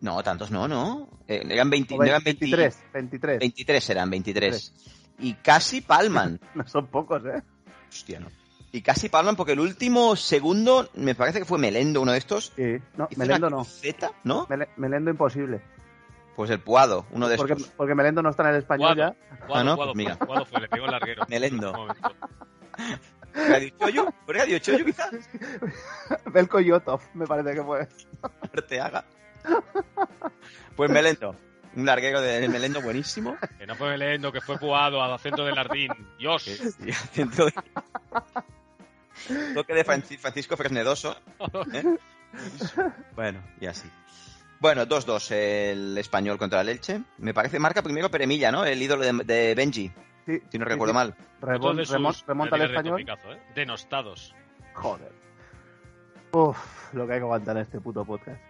Speaker 1: No, tantos no, no. Eh, eran 20,
Speaker 3: O
Speaker 1: no eran 20
Speaker 3: 23, 23.
Speaker 1: 23 eran, 23. Y casi
Speaker 3: [laughs]
Speaker 1: palman.
Speaker 3: No son pocos, ¿eh?
Speaker 1: Hostia, no. Y casi palman porque el último segundo, me parece que fue Melendo, uno de estos.
Speaker 3: Sí. No,
Speaker 1: hizo
Speaker 3: Melendo
Speaker 1: una
Speaker 3: no.
Speaker 1: cruceta, ¿no?
Speaker 3: Mele- Melendo imposible.
Speaker 1: Pues el Puado, uno de
Speaker 3: Porque,
Speaker 1: estos.
Speaker 3: porque Melendo no está en el español
Speaker 4: Guado.
Speaker 3: ya.
Speaker 4: Guado,
Speaker 1: Ah, no,
Speaker 4: Guado
Speaker 1: pues mira.
Speaker 4: fue, Guado fue, le pegó el
Speaker 1: [laughs]
Speaker 4: larguero.
Speaker 1: Melendo.
Speaker 4: Un momento.
Speaker 1: Radio Choyo, Radio Choyo
Speaker 3: [laughs]
Speaker 1: quizás.
Speaker 3: Belko Yotov, me parece que fue.
Speaker 1: Arteaga. Pues Melendo. Un larguero de Melendo buenísimo.
Speaker 4: Que no fue Melendo, que fue jugado al acento del Ardín. Dios.
Speaker 1: Y [laughs] haciendo de- Toque de Franci- Francisco Fresnedoso. ¿eh? Bueno, y así. Bueno, 2-2 el español contra el Elche. Me parece marca primero Peremilla, ¿no? El ídolo de, de Benji,
Speaker 3: Sí,
Speaker 1: si no
Speaker 3: sí,
Speaker 1: recuerdo
Speaker 3: sí.
Speaker 1: mal.
Speaker 3: Remon-
Speaker 4: Otro de sus
Speaker 3: remon- remonta al
Speaker 4: medidas de
Speaker 3: español.
Speaker 4: topicazo, ¿eh? Denostados.
Speaker 3: Joder. Uf, lo que hay que aguantar en este puto podcast.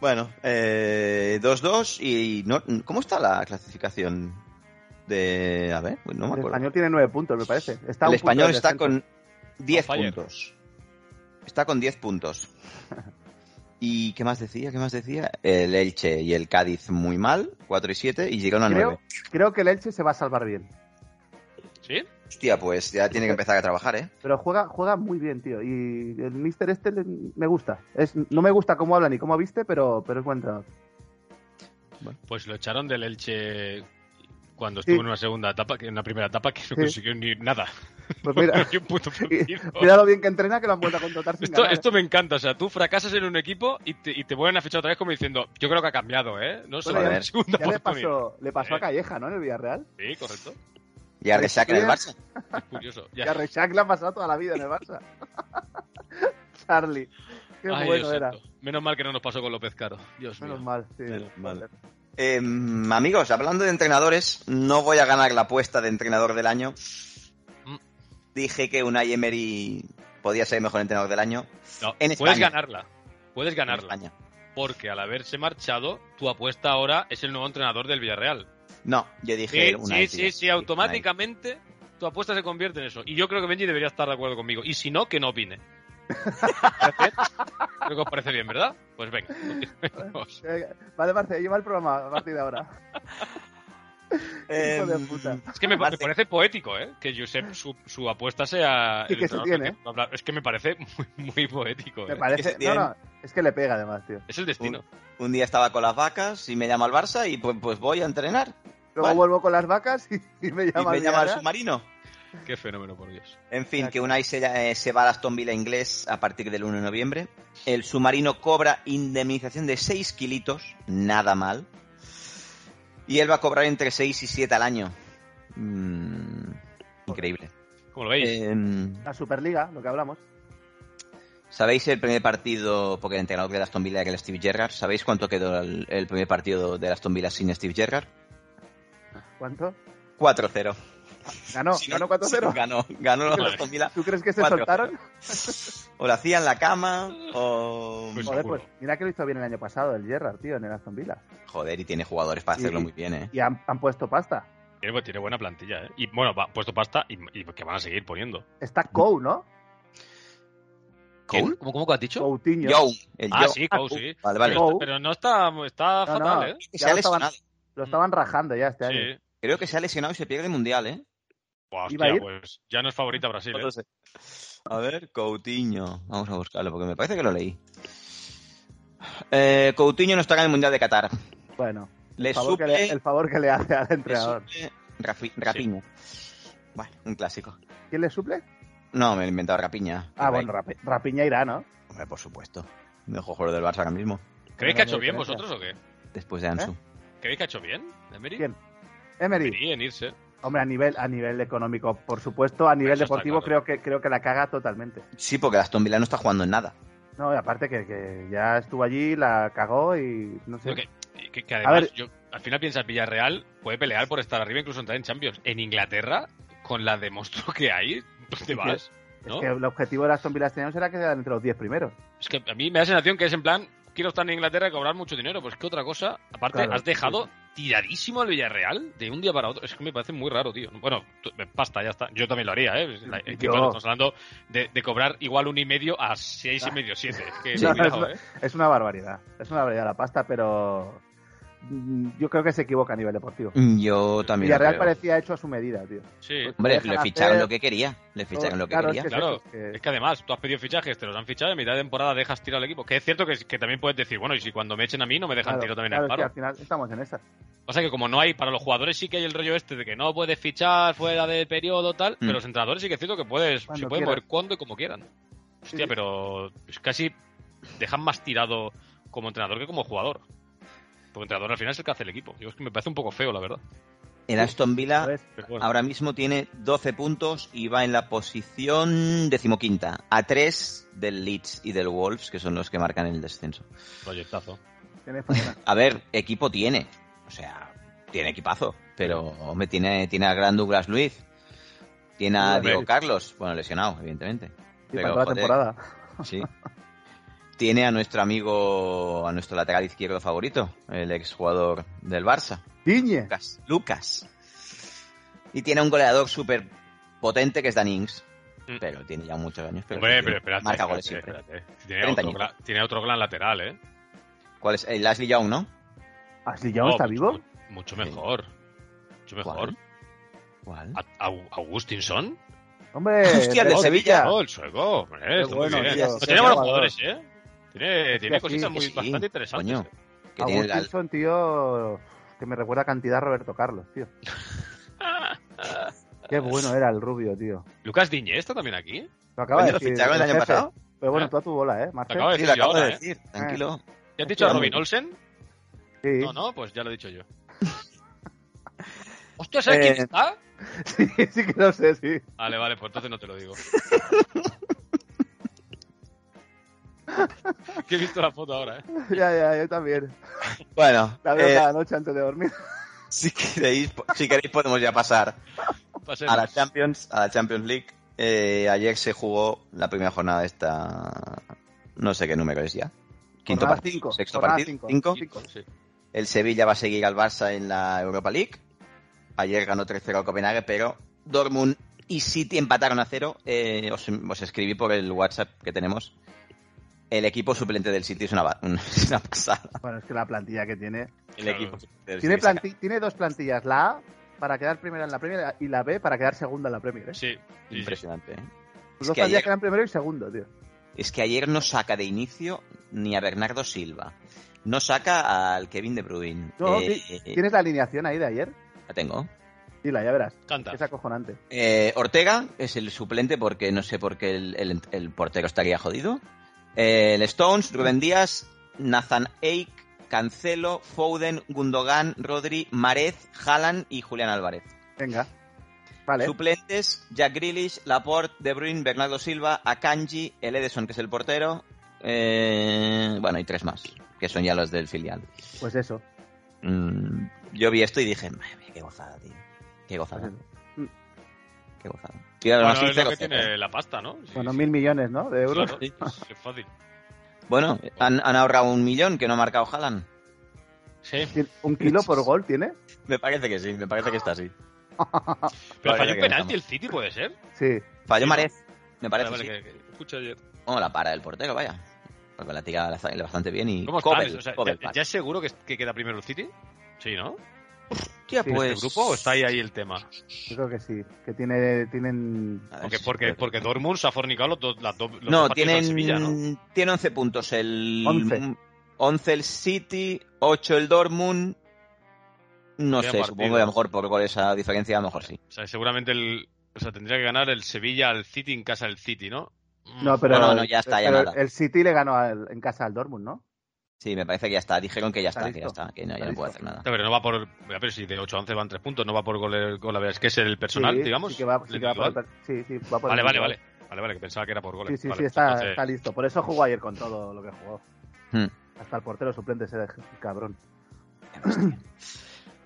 Speaker 1: Bueno, eh, 2-2 y no- ¿cómo está la clasificación de a ver, pues no me
Speaker 3: El
Speaker 1: acuerdo.
Speaker 3: español tiene nueve puntos, me parece. Está a
Speaker 1: El
Speaker 3: un punto
Speaker 1: español
Speaker 3: del
Speaker 1: está
Speaker 3: descenso.
Speaker 1: con 10
Speaker 4: No falla.
Speaker 1: puntos. Está con 10
Speaker 3: [laughs]
Speaker 1: puntos. ¿Y qué más decía? ¿Qué más decía? El Elche y el Cádiz muy mal, 4 y 7 y llegaron a
Speaker 3: Creo,
Speaker 1: 9.
Speaker 3: creo que el Elche se va a salvar bien.
Speaker 4: ¿Sí?
Speaker 1: Hostia, pues ya tiene que empezar a trabajar, ¿eh?
Speaker 3: Pero juega, juega muy bien, tío. Y el Mister este le- me gusta. Es, no me gusta cómo habla ni cómo viste, pero, pero es buen entrenador.
Speaker 4: Pues lo echaron del Elche cuando estuvo
Speaker 3: Sí.
Speaker 4: en una segunda etapa, que en una primera etapa que no
Speaker 3: Sí.
Speaker 4: consiguió ni nada.
Speaker 3: Pues mira, [laughs]
Speaker 4: [laughs] Ni un punto perdido.
Speaker 3: mira lo bien que entrena que lo han vuelto a contratar sin
Speaker 4: Esto,
Speaker 3: ganar, ¿eh?
Speaker 4: esto me encanta, o sea, tú fracasas en un equipo y te, y te vuelven a fichar otra vez como diciendo, yo creo que ha cambiado, ¿eh? No sé,
Speaker 3: Bueno,
Speaker 1: ya-
Speaker 4: una segunda
Speaker 3: Pues Ya le
Speaker 4: oportunidad.
Speaker 3: pasó, le pasó
Speaker 4: Eh.
Speaker 3: a Calleja, ¿no? En el Villarreal.
Speaker 4: Sí, correcto.
Speaker 1: Ya resaca del Barça.
Speaker 4: Es
Speaker 3: Ah,
Speaker 4: curioso. Ya.
Speaker 3: Y a Rexach le ha pasado toda la vida en el Barça. [laughs] Charlie. Qué
Speaker 4: Ay,
Speaker 3: bueno
Speaker 4: Dios
Speaker 3: era.
Speaker 4: santo. Menos mal que no nos pasó con López Caro. Dios mío.
Speaker 3: Menos mal, sí. Pues,
Speaker 1: Menos mal.
Speaker 3: Joder.
Speaker 1: Eh, amigos, hablando de entrenadores, no voy a ganar la apuesta de entrenador del año.
Speaker 4: Mm.
Speaker 1: Dije que Unai Emery podía ser mejor entrenador del año.
Speaker 4: No,
Speaker 1: En
Speaker 4: puedes
Speaker 1: España.
Speaker 4: ganarla. Puedes
Speaker 1: en
Speaker 4: ganarla.
Speaker 1: España.
Speaker 4: Porque al haberse marchado, tu apuesta ahora es el nuevo entrenador del Villarreal.
Speaker 1: No, yo dije
Speaker 4: Sí,
Speaker 1: Unai.
Speaker 4: sí,
Speaker 1: tío.
Speaker 4: sí, sí,
Speaker 1: Unai.
Speaker 4: automáticamente tu apuesta se convierte en eso. Y yo creo que Benji debería estar de acuerdo conmigo. Y si no, que no
Speaker 1: [laughs]
Speaker 4: opine. creo que os parece bien, ¿verdad? Pues venga.
Speaker 3: [laughs]
Speaker 4: continuemos.
Speaker 3: Eh, Vale, Marce, lleva el programa a partir
Speaker 1: [laughs]
Speaker 3: de ahora. Hijo de
Speaker 1: Em,
Speaker 3: puta.
Speaker 4: Es que me, pa- me
Speaker 1: Marce.
Speaker 4: parece poético, ¿eh? Que Josep, su, su apuesta sea...
Speaker 3: Sí,
Speaker 4: el
Speaker 3: que se
Speaker 4: entrenador
Speaker 3: tiene.
Speaker 4: del que va a hablar. Es que me parece muy, muy poético.
Speaker 3: Me
Speaker 4: ¿eh?
Speaker 1: Es
Speaker 3: parece.
Speaker 1: que se
Speaker 3: No, no, es que le pega además, tío.
Speaker 4: Es el destino.
Speaker 1: Un día estaba con las vacas y me llama el Barça y pues, pues voy a entrenar.
Speaker 3: Luego
Speaker 1: Vale.
Speaker 3: vuelvo con las vacas y, y me
Speaker 1: Y me
Speaker 3: llama, el
Speaker 1: llama el
Speaker 3: Villarreal.
Speaker 1: submarino.
Speaker 4: Qué fenómeno, por Dios.
Speaker 1: En fin,
Speaker 3: Exacto.
Speaker 1: que Unai se, eh, se va a Aston Villa inglés a partir del 1 de noviembre. El submarino cobra indemnización de 6 kilitos, nada mal. Y él va a cobrar entre 6 y 7 al año. Mm, increíble.
Speaker 4: Como lo veis.
Speaker 1: Eh,
Speaker 3: La Superliga, lo que hablamos.
Speaker 1: ¿Sabéis el primer partido, porque el entrenador del Aston Villa era el Steve Gerrard, ¿sabéis cuánto quedó el, el primer partido del Aston Villa sin Steve Gerrard?
Speaker 3: ¿Cuánto?
Speaker 1: 4-0. [laughs]
Speaker 3: Ganó,
Speaker 1: Si no-
Speaker 3: ganó 4-0.
Speaker 1: Ganó, ganó el Aston Villa.
Speaker 3: ¿Tú crees que se
Speaker 1: 4-0.
Speaker 3: soltaron?
Speaker 1: O lo hacía en la cama, o...
Speaker 4: Pues-
Speaker 3: Joder,
Speaker 4: Seguro.
Speaker 3: pues mira que lo hizo bien el año pasado el Gerrard, tío, en el Aston Villa.
Speaker 1: Joder, y tiene jugadores para
Speaker 3: Y-
Speaker 1: hacerlo muy bien, ¿eh?
Speaker 3: Y han, han puesto pasta.
Speaker 4: Tiene, tiene buena plantilla, ¿eh? Y bueno, va, puesto pasta y, y que van a seguir poniendo.
Speaker 3: Está Cow, ¿no?
Speaker 4: ¿Quién? ¿Cómo, cómo que has dicho?
Speaker 3: Coutinho.
Speaker 1: Young, el
Speaker 4: Ah,
Speaker 1: Young.
Speaker 4: sí, Cou, sí.
Speaker 1: [laughs] Vale, vale.
Speaker 4: Pero,
Speaker 3: Cou.
Speaker 4: pero no está,
Speaker 3: No,
Speaker 4: está fatal,
Speaker 3: no.
Speaker 4: ¿eh?
Speaker 1: Que
Speaker 3: Ya
Speaker 1: se ha
Speaker 3: lo estaban-
Speaker 1: lesionado.
Speaker 3: Lo estaban rajando ya este año.
Speaker 4: Sí.
Speaker 1: Creo que se ha lesionado y se pierde el mundial, ¿eh?
Speaker 4: Buah,
Speaker 3: ¿Iba a
Speaker 4: hostia,
Speaker 3: ir?
Speaker 4: pues ya no es favorita Brasil,
Speaker 1: No
Speaker 4: ¿eh?
Speaker 1: lo sé. A ver, Coutinho. Vamos a buscarlo, porque me parece que lo leí. Eh, Coutinho no estará en el mundial de Qatar.
Speaker 3: Bueno,
Speaker 1: Le
Speaker 3: el favor, que
Speaker 1: suple,
Speaker 3: le, el favor que le hace al
Speaker 1: le
Speaker 3: entrenador.
Speaker 1: suple Rafi- Rapiña. Bueno, un clásico.
Speaker 3: ¿Quién le suple?
Speaker 1: No, me lo he inventado Rapiña.
Speaker 3: Ah,
Speaker 1: Hombre,
Speaker 3: bueno, Rapi- Rapiña irá, ¿no?
Speaker 1: Hombre, por supuesto. Mejor jugador del Barça ahora mismo,
Speaker 4: ¿Creéis que ha
Speaker 3: Gran
Speaker 4: hecho bien
Speaker 3: diferencia.
Speaker 4: vosotros o qué?
Speaker 1: después
Speaker 3: ¿Eh?
Speaker 1: de Ansu.
Speaker 4: ¿Creéis que ha hecho bien? ¿Emery?
Speaker 3: ¿Quién? Emery.
Speaker 4: Emery en irse.
Speaker 3: Hombre, a nivel, a nivel económico, por supuesto, a nivel
Speaker 4: Eso está
Speaker 3: deportivo creo
Speaker 4: claro.
Speaker 3: que creo que la caga totalmente.
Speaker 1: Sí, porque el Aston Villa no está jugando en nada.
Speaker 3: No, y aparte que, que ya estuvo allí, la cagó y no sé.
Speaker 4: Creo Que, que- que además,
Speaker 3: ver.
Speaker 4: yo, al final piensas, Villarreal puede pelear por estar arriba, incluso entrar en Champions. En Inglaterra, con la de monstruo que hay, ¿dónde vas? ¿No?
Speaker 3: Es que el objetivo de las Aston Villa este año era quedar entre los 10 primeros.
Speaker 4: Es que a mí me da sensación que es en plan, quiero estar en Inglaterra y cobrar mucho dinero. Pues que otra cosa, aparte,
Speaker 3: Claro,
Speaker 4: has dejado tiradísimo al Villarreal de un día para otro. Es que me parece muy raro, tío. Bueno, tú- basta, ya está. Yo también lo haría, ¿eh? Es la- es que
Speaker 3: Yo-
Speaker 4: claro, estamos hablando de, de cobrar igual un y medio a seis y medio, siete. Es
Speaker 3: [laughs]
Speaker 4: que,
Speaker 1: Sí,
Speaker 3: no,
Speaker 4: cuidado,
Speaker 3: es,
Speaker 4: ¿eh?
Speaker 3: es una barbaridad. Es una barbaridad la pasta, pero mm, yo creo que se equivoca a nivel deportivo.
Speaker 1: Mm, Yo también. lo
Speaker 3: Villarreal
Speaker 1: creo.
Speaker 3: parecía hecho a su medida, tío.
Speaker 4: Sí.
Speaker 1: Hombre,
Speaker 3: Dejan
Speaker 1: le ficharon
Speaker 3: hacer-
Speaker 1: lo que quería. Le ficharon lo que
Speaker 3: Claro,
Speaker 1: quería.
Speaker 3: es que es
Speaker 4: Claro.
Speaker 3: eso, es que-
Speaker 4: Es que además, tú has pedido fichajes, te los han fichado y a mitad de temporada dejas tirar al equipo. Que es cierto que, que también puedes decir, bueno, y si cuando me echen a mí no me dejan
Speaker 3: claro,
Speaker 4: tiro también
Speaker 3: claro,
Speaker 4: al
Speaker 3: es que
Speaker 4: paro.
Speaker 3: al final estamos en esa.
Speaker 4: O sea que como no hay, para los jugadores sí que hay el rollo este de que no puedes fichar fuera del periodo tal,
Speaker 1: Mm.
Speaker 4: pero los entrenadores sí que es cierto que puedes,
Speaker 3: Cuando
Speaker 4: se pueden
Speaker 3: quieras.
Speaker 4: mover cuando y como quieran. Hostia,
Speaker 3: sí.
Speaker 4: pero es casi dejan más tirado como entrenador que como jugador. Porque entrenador al final es el que hace el equipo. Yo es que me parece un poco feo, la verdad.
Speaker 1: El Aston Villa
Speaker 3: ¿sabes?
Speaker 4: Pero bueno,
Speaker 1: ahora mismo tiene 12 puntos y va en la posición decimoquinta, a 3 del Leeds y del Wolves, que son los que marcan el descenso.
Speaker 4: proyectazo.
Speaker 1: [laughs]
Speaker 3: Tienes problema.
Speaker 1: A ver, equipo tiene. O sea, tiene equipazo. Pero, hombre, tiene, tiene al gran Douglas Luiz. Tiene a
Speaker 3: Douglas
Speaker 1: Diego
Speaker 3: Luiz.
Speaker 1: Carlos. Bueno, lesionado, evidentemente.
Speaker 3: Y
Speaker 1: Pero,
Speaker 3: para toda la
Speaker 1: joder,
Speaker 3: temporada.
Speaker 1: Sí. tiene a nuestro amigo, a nuestro lateral izquierdo favorito, el exjugador del Barça,
Speaker 3: Tiñe.
Speaker 1: Lucas. Lucas. Y tiene un goleador súper potente que es Dan Ings,
Speaker 4: Mm.
Speaker 1: pero tiene ya muchos años. Pero
Speaker 4: Hombre,
Speaker 1: sí,
Speaker 4: pero espérate.
Speaker 1: marca
Speaker 4: espérate,
Speaker 1: goles siempre.
Speaker 4: espérate. Tiene,
Speaker 1: 30
Speaker 4: otro gran, tiene otro gran lateral, ¿eh?
Speaker 1: ¿Cuál es? El Ashley Young, ¿no?
Speaker 3: Ashley Young
Speaker 4: Oh,
Speaker 3: está
Speaker 4: mucho-
Speaker 3: vivo.
Speaker 4: Mucho mejor. Mucho mejor. Ah,
Speaker 1: ¿Cuál?
Speaker 4: A- Au- Augustinson.
Speaker 3: Hombre,
Speaker 1: Hostia, el de
Speaker 3: Begoña.
Speaker 1: Sevilla.
Speaker 4: Oh, el sueco. Hombre,
Speaker 3: Qué
Speaker 4: está
Speaker 3: bueno,
Speaker 4: muy bien.
Speaker 3: tío.
Speaker 4: No,
Speaker 3: Qué
Speaker 4: tiene buenos
Speaker 3: jugador.
Speaker 4: jugadores, ¿eh? Tiene, tiene
Speaker 3: sí,
Speaker 4: cositas muy
Speaker 1: que sí,
Speaker 4: bastante interesantes.
Speaker 1: coño.
Speaker 4: ¿eh?
Speaker 1: Que tiene el-
Speaker 3: Agustinson, tío, que me recuerda cantidad a Roberto Carlos,
Speaker 4: [laughs]
Speaker 3: tío. Qué bueno era el rubio, tío.
Speaker 4: Lucas Diñé está también aquí.
Speaker 3: Lo acaba
Speaker 1: Coño,
Speaker 3: de
Speaker 1: ¿Lo
Speaker 3: decir.
Speaker 1: ficharon el año
Speaker 3: jefe.
Speaker 1: pasado?
Speaker 3: Pero bueno,
Speaker 4: ¿Eh?
Speaker 3: tú a tu bola, ¿eh, Marcel?
Speaker 4: Acabo de
Speaker 1: Sí,
Speaker 4: decir
Speaker 1: lo
Speaker 4: yo
Speaker 1: acabo de
Speaker 4: ahora, ¿eh?
Speaker 1: decir. Tranquilo.
Speaker 4: ¿Ya has dicho a Robin Olsen?
Speaker 3: Sí.
Speaker 4: No, no, pues ya lo
Speaker 3: [laughs]
Speaker 4: he dicho yo. Hostia, ¿sabes
Speaker 3: Eh,
Speaker 4: quién está?
Speaker 3: sí, [laughs] sí que lo sé, sí.
Speaker 4: Vale, vale, pues entonces no te
Speaker 3: [laughs]
Speaker 4: lo digo. [laughs] que he visto la foto ahora, ¿eh?
Speaker 3: [laughs] Ya, ya, yo también.
Speaker 1: Bueno,
Speaker 3: Ah, La veo
Speaker 1: eh,
Speaker 3: cada noche antes de dormir.
Speaker 1: [laughs] si, queréis, si queréis podemos ya pasar
Speaker 4: Pasemos.
Speaker 1: a la Champions, a la Champions League. Eh, ayer se jugó la primera jornada de esta. No sé qué número es ya. Quinto
Speaker 3: Jornada
Speaker 1: partido,
Speaker 3: cinco,
Speaker 1: sexto
Speaker 3: jornada
Speaker 1: partido,
Speaker 3: cinco.
Speaker 1: cinco.
Speaker 4: Sí, sí.
Speaker 1: El Sevilla va a seguir al Barça en la Europa League. Ayer ganó 3-0 al Copenhague, pero Dortmund y City empataron a 0. Eh, os, os escribí por el WhatsApp que tenemos. El equipo suplente del City es una, ba- [laughs] es una pasada.
Speaker 3: [laughs] Bueno, es que la plantilla que tiene.
Speaker 1: El
Speaker 4: Claro.
Speaker 1: equipo suplente del
Speaker 3: Tiene,
Speaker 1: City saca-
Speaker 3: planti- tiene dos plantillas, la A para quedar primera en la Premier y la B para quedar segunda en la Premier. ¿eh?
Speaker 4: Sí, sí, sí.
Speaker 1: Impresionante. ¿eh?
Speaker 3: Los
Speaker 1: Es
Speaker 3: dos
Speaker 1: que
Speaker 3: plantillas
Speaker 1: ayer-
Speaker 3: quedan primero y segundo, tío.
Speaker 1: Es que ayer no saca de inicio ni a Bernardo Silva. No saca al Kevin De Bruyne.
Speaker 3: No,
Speaker 1: Eh, eh,
Speaker 3: ¿Tienes la alineación ahí de ayer?
Speaker 1: La tengo.
Speaker 3: Dila, ya verás.
Speaker 4: Canta.
Speaker 3: Es acojonante.
Speaker 1: Eh, Ortega es el suplente porque no sé por qué el, el- el portero estaría jodido. Eh, el Stones, Rubén Díaz, Nathan Eik, Cancelo, Foden, Gundogan, Rodri, Marez, Haaland y Julián Álvarez.
Speaker 3: Venga. Vale.
Speaker 1: Suplentes, Jack Grealish, Laporte, De Bruyne, Bernardo Silva, Akanji, el Edison, que es el portero. eh, bueno, y tres más, que son ya los del filial.
Speaker 3: Pues eso.
Speaker 1: Mm, yo vi esto y dije, madre mía, qué gozada, tío. Qué gozada,
Speaker 4: mm.
Speaker 1: qué gozada. Y ahora
Speaker 4: Bueno,
Speaker 1: sí,
Speaker 4: es lo que
Speaker 1: 0-0.
Speaker 4: tiene la pasta, ¿no? Sí,
Speaker 3: Bueno,
Speaker 4: sí.
Speaker 3: mil millones, ¿no? De euros.
Speaker 4: Claro, es fácil.
Speaker 1: Bueno, han, han ahorrado un millón que no ha marcado Haaland. [laughs]
Speaker 4: Sí.
Speaker 3: ¿Tiene ¿Un kilo por gol tiene?
Speaker 1: Me parece que sí, me parece que está así.
Speaker 4: Pero
Speaker 1: Vaya
Speaker 4: falló
Speaker 1: que
Speaker 4: un penalti
Speaker 1: estamos.
Speaker 4: el City, ¿puede ser?
Speaker 3: Sí.
Speaker 1: Falló
Speaker 4: Sí,
Speaker 1: Marez, me parece.
Speaker 4: Vale,
Speaker 1: sí.
Speaker 4: vale, que- que- escucha ayer.
Speaker 1: Bueno, la para del portero, vaya. Porque la tira la- la bastante bien y.
Speaker 4: ¿Cómo
Speaker 1: Kobel,
Speaker 4: están? O sea,
Speaker 1: Kobel
Speaker 4: ¿ya,
Speaker 1: para.
Speaker 4: ya es seguro que, que queda primero el City? Sí, ¿no?
Speaker 1: Hostia,
Speaker 3: Sí,
Speaker 1: pues.
Speaker 4: ¿El este grupo o está ahí, ahí el tema?
Speaker 3: Yo creo que sí. Que tiene, tienen.
Speaker 1: A ver
Speaker 4: Porque,
Speaker 1: si-
Speaker 4: porque, porque Dortmund se ha fornicado los dos, las dos, los
Speaker 1: No,
Speaker 4: dos partidos
Speaker 1: tienen,
Speaker 4: al Sevilla, ¿no?
Speaker 1: tiene 11 puntos el.
Speaker 3: 11.
Speaker 1: 11 el City, 8 el Dortmund. No
Speaker 4: Qué
Speaker 1: sé,
Speaker 4: partido.
Speaker 1: supongo que a lo mejor por goles a diferencia, a lo mejor sí.
Speaker 4: O sea, seguramente el, o sea, tendría que ganar el Sevilla al City en casa del City, ¿no? Mm.
Speaker 3: No, pero.
Speaker 1: No, no, no, ya está, ya
Speaker 3: pero
Speaker 1: nada.
Speaker 3: El City le ganó al- en casa al Dortmund, ¿no?
Speaker 1: Sí, me parece que ya está. Dijeron que ya
Speaker 3: Está
Speaker 1: está, que ya
Speaker 3: listo.
Speaker 1: está, que no, ya
Speaker 3: Está
Speaker 1: no puede
Speaker 3: listo.
Speaker 1: hacer nada.
Speaker 4: No, pero no va por. Mira, Pero si de 8 a 11 van 3 puntos, no va por gol, gol a ver, es que es el personal,
Speaker 3: Sí,
Speaker 4: digamos.
Speaker 3: Sí, que va, sí
Speaker 4: el
Speaker 3: que va por el
Speaker 4: individual.
Speaker 3: per- sí, sí, va por el
Speaker 4: vale, vale,
Speaker 3: individual.
Speaker 4: vale. Vale, vale, que pensaba que era por goles.
Speaker 3: Sí, sí,
Speaker 4: Vale,
Speaker 3: sí,
Speaker 4: pues
Speaker 3: está,
Speaker 4: entonces-
Speaker 3: está listo. Por eso jugó ayer con todo lo que jugó.
Speaker 1: Hmm.
Speaker 3: Hasta el portero suplente ese de- cabrón.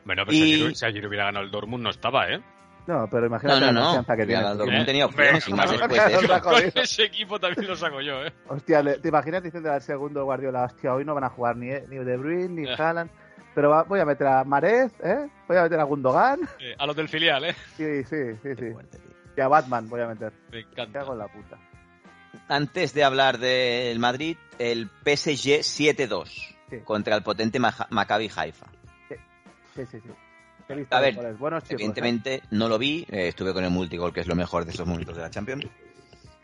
Speaker 4: Bueno, pero
Speaker 1: Y-
Speaker 4: si, ayer, si ayer hubiera ganado el Dortmund, no estaba, ¿eh?
Speaker 3: No, pero imagínate
Speaker 1: No, no,
Speaker 3: la
Speaker 1: no.
Speaker 3: confianza que
Speaker 1: Mira,
Speaker 3: tiene.
Speaker 1: el
Speaker 3: tío.
Speaker 1: Dortmund
Speaker 4: ¿Eh?
Speaker 1: tenía opciones y más
Speaker 4: Hombre,
Speaker 1: después de
Speaker 3: claro,
Speaker 1: eso.
Speaker 3: claro.
Speaker 4: Con
Speaker 3: jodido.
Speaker 4: ese equipo también lo saco yo, ¿eh?
Speaker 3: Hostia, le- ¿te imaginas diciendo al segundo Guardiola, hostia, hoy no van a jugar ni, eh, ni De Bruyne, ni
Speaker 4: Ya.
Speaker 3: Haaland, pero va- voy a meter a Marez, ¿eh? Voy a meter a Gundogan, [laughs]
Speaker 4: Eh, A los del filial, ¿eh?
Speaker 3: sí, sí, sí,
Speaker 1: Qué
Speaker 3: sí.
Speaker 1: fuerte, tío.
Speaker 3: Y a Batman voy a meter.
Speaker 4: Me
Speaker 3: Me
Speaker 4: encanta.
Speaker 3: cago en la puta.
Speaker 1: Antes de hablar del Madrid, el PSG 7-2
Speaker 3: Sí.
Speaker 1: contra el potente Maja- Maccabi Haifa.
Speaker 3: Sí, sí, sí. Qué lista
Speaker 1: A
Speaker 3: de
Speaker 1: ver,
Speaker 3: goles. Buenos chicos. ¿eh?
Speaker 1: Evidentemente no lo vi, eh, estuve con el multigol, que es lo mejor de esos momentos de la Champions.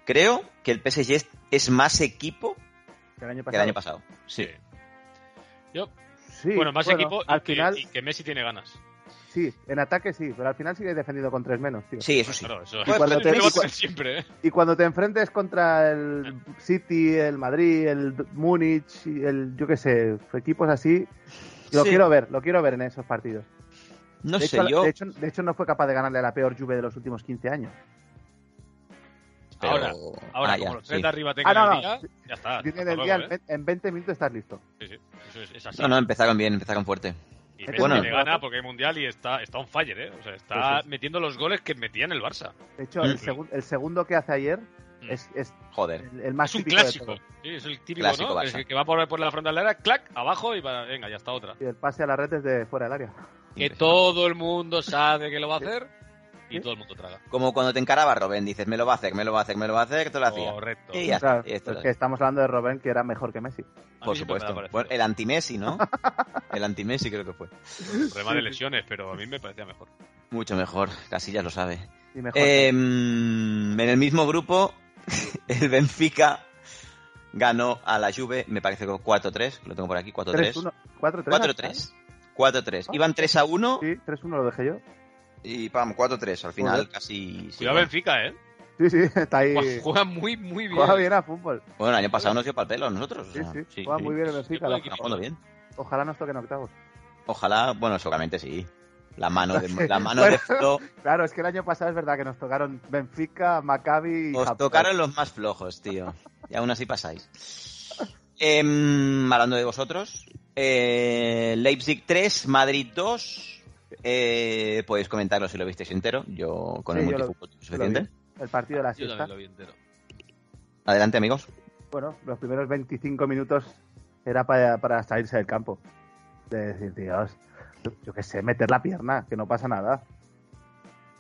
Speaker 1: Creo que el PSG es, es más equipo
Speaker 3: Que el año
Speaker 1: que el
Speaker 3: pasado.
Speaker 1: año pasado. Sí.
Speaker 4: Yo,
Speaker 3: Sí,
Speaker 4: bueno, más equipo y,
Speaker 3: Al
Speaker 4: que,
Speaker 3: final,
Speaker 4: y que Messi tiene ganas.
Speaker 3: sí, en ataque sí, pero al final sigue defendido con tres menos, tío.
Speaker 1: Sí, eso sí.
Speaker 4: Claro, eso
Speaker 1: Y
Speaker 4: [laughs]
Speaker 1: cuando
Speaker 4: eso
Speaker 1: te-
Speaker 4: lo va a
Speaker 1: y cu-
Speaker 4: tener siempre, ¿eh?
Speaker 3: Y cuando te enfrentes contra el City, el Madrid, el D- Múnich, y el yo qué sé, equipos así, lo
Speaker 1: Sí.
Speaker 3: quiero ver, lo quiero ver en esos partidos.
Speaker 1: No
Speaker 3: de,
Speaker 1: sé,
Speaker 3: hecho,
Speaker 1: yo.
Speaker 3: de hecho- de hecho, no fue capaz de ganarle a la peor Juve de los últimos 15 años.
Speaker 1: pero-
Speaker 4: Ahora, Ahora,
Speaker 1: Ah, ya,
Speaker 4: como los tres
Speaker 1: sí.
Speaker 4: de arriba tengan
Speaker 3: Ah, no,
Speaker 4: el
Speaker 3: no.
Speaker 4: día, ya está.
Speaker 3: Tiene
Speaker 4: hasta
Speaker 3: el
Speaker 4: luego,
Speaker 3: día,
Speaker 4: ¿eh?
Speaker 3: en 20 minutos estás listo.
Speaker 4: Sí, sí, eso es, es así.
Speaker 1: No, no, empezaron bien, empezaron fuerte.
Speaker 4: Y
Speaker 3: Este
Speaker 4: Messi
Speaker 1: bueno.
Speaker 4: le gana porque hay mundial y está, está on fire, ¿eh? O sea, está
Speaker 3: Sí, sí, sí.
Speaker 4: metiendo los goles que metía en el Barça.
Speaker 3: De hecho, el,
Speaker 1: Mm.
Speaker 3: segun- el segundo que hace ayer,
Speaker 4: Mm.
Speaker 3: Es, es
Speaker 1: Joder.
Speaker 3: el, el más
Speaker 4: es un
Speaker 3: Ah, típico
Speaker 4: clásico.
Speaker 3: de todo.
Speaker 4: Sí, es el típico,
Speaker 1: Clásico
Speaker 4: ¿no?
Speaker 1: Barça.
Speaker 4: Es el que va por, por la frontalera, clac, abajo y va, venga, ya está otra.
Speaker 3: Y el pase a la red desde fuera del área.
Speaker 4: Que todo el mundo sabe que lo va a hacer y
Speaker 3: Sí.
Speaker 4: todo el mundo traga.
Speaker 1: Como cuando te encaraba Robén, dices, me lo va a hacer, me lo va a hacer, me lo va a hacer, te lo hacía.
Speaker 4: Correcto.
Speaker 1: Y ya está,
Speaker 3: Claro,
Speaker 1: y esto
Speaker 3: es
Speaker 1: es
Speaker 3: que
Speaker 1: así.
Speaker 3: estamos hablando de Robben, que era mejor que Messi.
Speaker 4: A mí
Speaker 1: Por
Speaker 4: siempre me
Speaker 1: supuesto.
Speaker 4: ha parecido.
Speaker 1: Bueno, el anti-Messi,
Speaker 3: [laughs]
Speaker 1: ¿no? el anti-Messi creo que fue.
Speaker 4: Problema de lesiones, pero a mí me parecía mejor.
Speaker 1: Mucho mejor, Casillas lo sabe.
Speaker 3: Y mejor
Speaker 1: Eh, mm, en el mismo grupo, [laughs] el Benfica ganó a la Juve, me parece que 4-3, lo tengo por aquí, 4-3.
Speaker 3: 3-1. 4-3.
Speaker 1: 4-3. 4-3. Iban 3 a 1
Speaker 3: Ah. Sí, 3-1 lo dejé yo.
Speaker 1: y pam, 4-3. Al final
Speaker 3: Joder.
Speaker 1: casi. sí,
Speaker 4: Cuidado
Speaker 1: bueno.
Speaker 4: Benfica, ¿eh?
Speaker 3: Sí, [laughs] sí, está ahí.
Speaker 4: Juega- Juega muy, muy bien.
Speaker 3: Juega bien a fútbol.
Speaker 1: Bueno, el año pasado nos dio para el pelo a nosotros. o
Speaker 3: Sí,
Speaker 1: sea,
Speaker 3: sí.
Speaker 1: Pues sí,
Speaker 3: Juega
Speaker 1: sí.
Speaker 3: muy bien el Benfica.
Speaker 4: Yo creo
Speaker 1: Está
Speaker 3: la-
Speaker 1: jugando bien.
Speaker 3: Ojalá nos toquen octavos.
Speaker 1: Ojalá, bueno, seguramente sí. La mano
Speaker 3: [laughs]
Speaker 1: de, la mano de Flo.
Speaker 3: Claro, es que el año pasado es verdad que nos tocaron Benfica, Maccabi y
Speaker 1: Os
Speaker 3: Japón.
Speaker 1: tocaron los más flojos, tío. Y aún así pasáis. Em, hablando de vosotros, eh, Leipzig 3, Madrid 2. Eh, podéis comentarlo si lo visteis entero. Yo con
Speaker 3: Sí,
Speaker 1: el
Speaker 3: yo lo-
Speaker 1: multifútbol es suficiente.
Speaker 3: El partido de la
Speaker 4: Ah, Yo
Speaker 3: siesta.
Speaker 4: también lo vi entero.
Speaker 1: Adelante, amigos.
Speaker 3: Bueno, los primeros 25 minutos era para, para salirse del campo. De decir, Dios, yo qué sé, meter la pierna, que no pasa nada.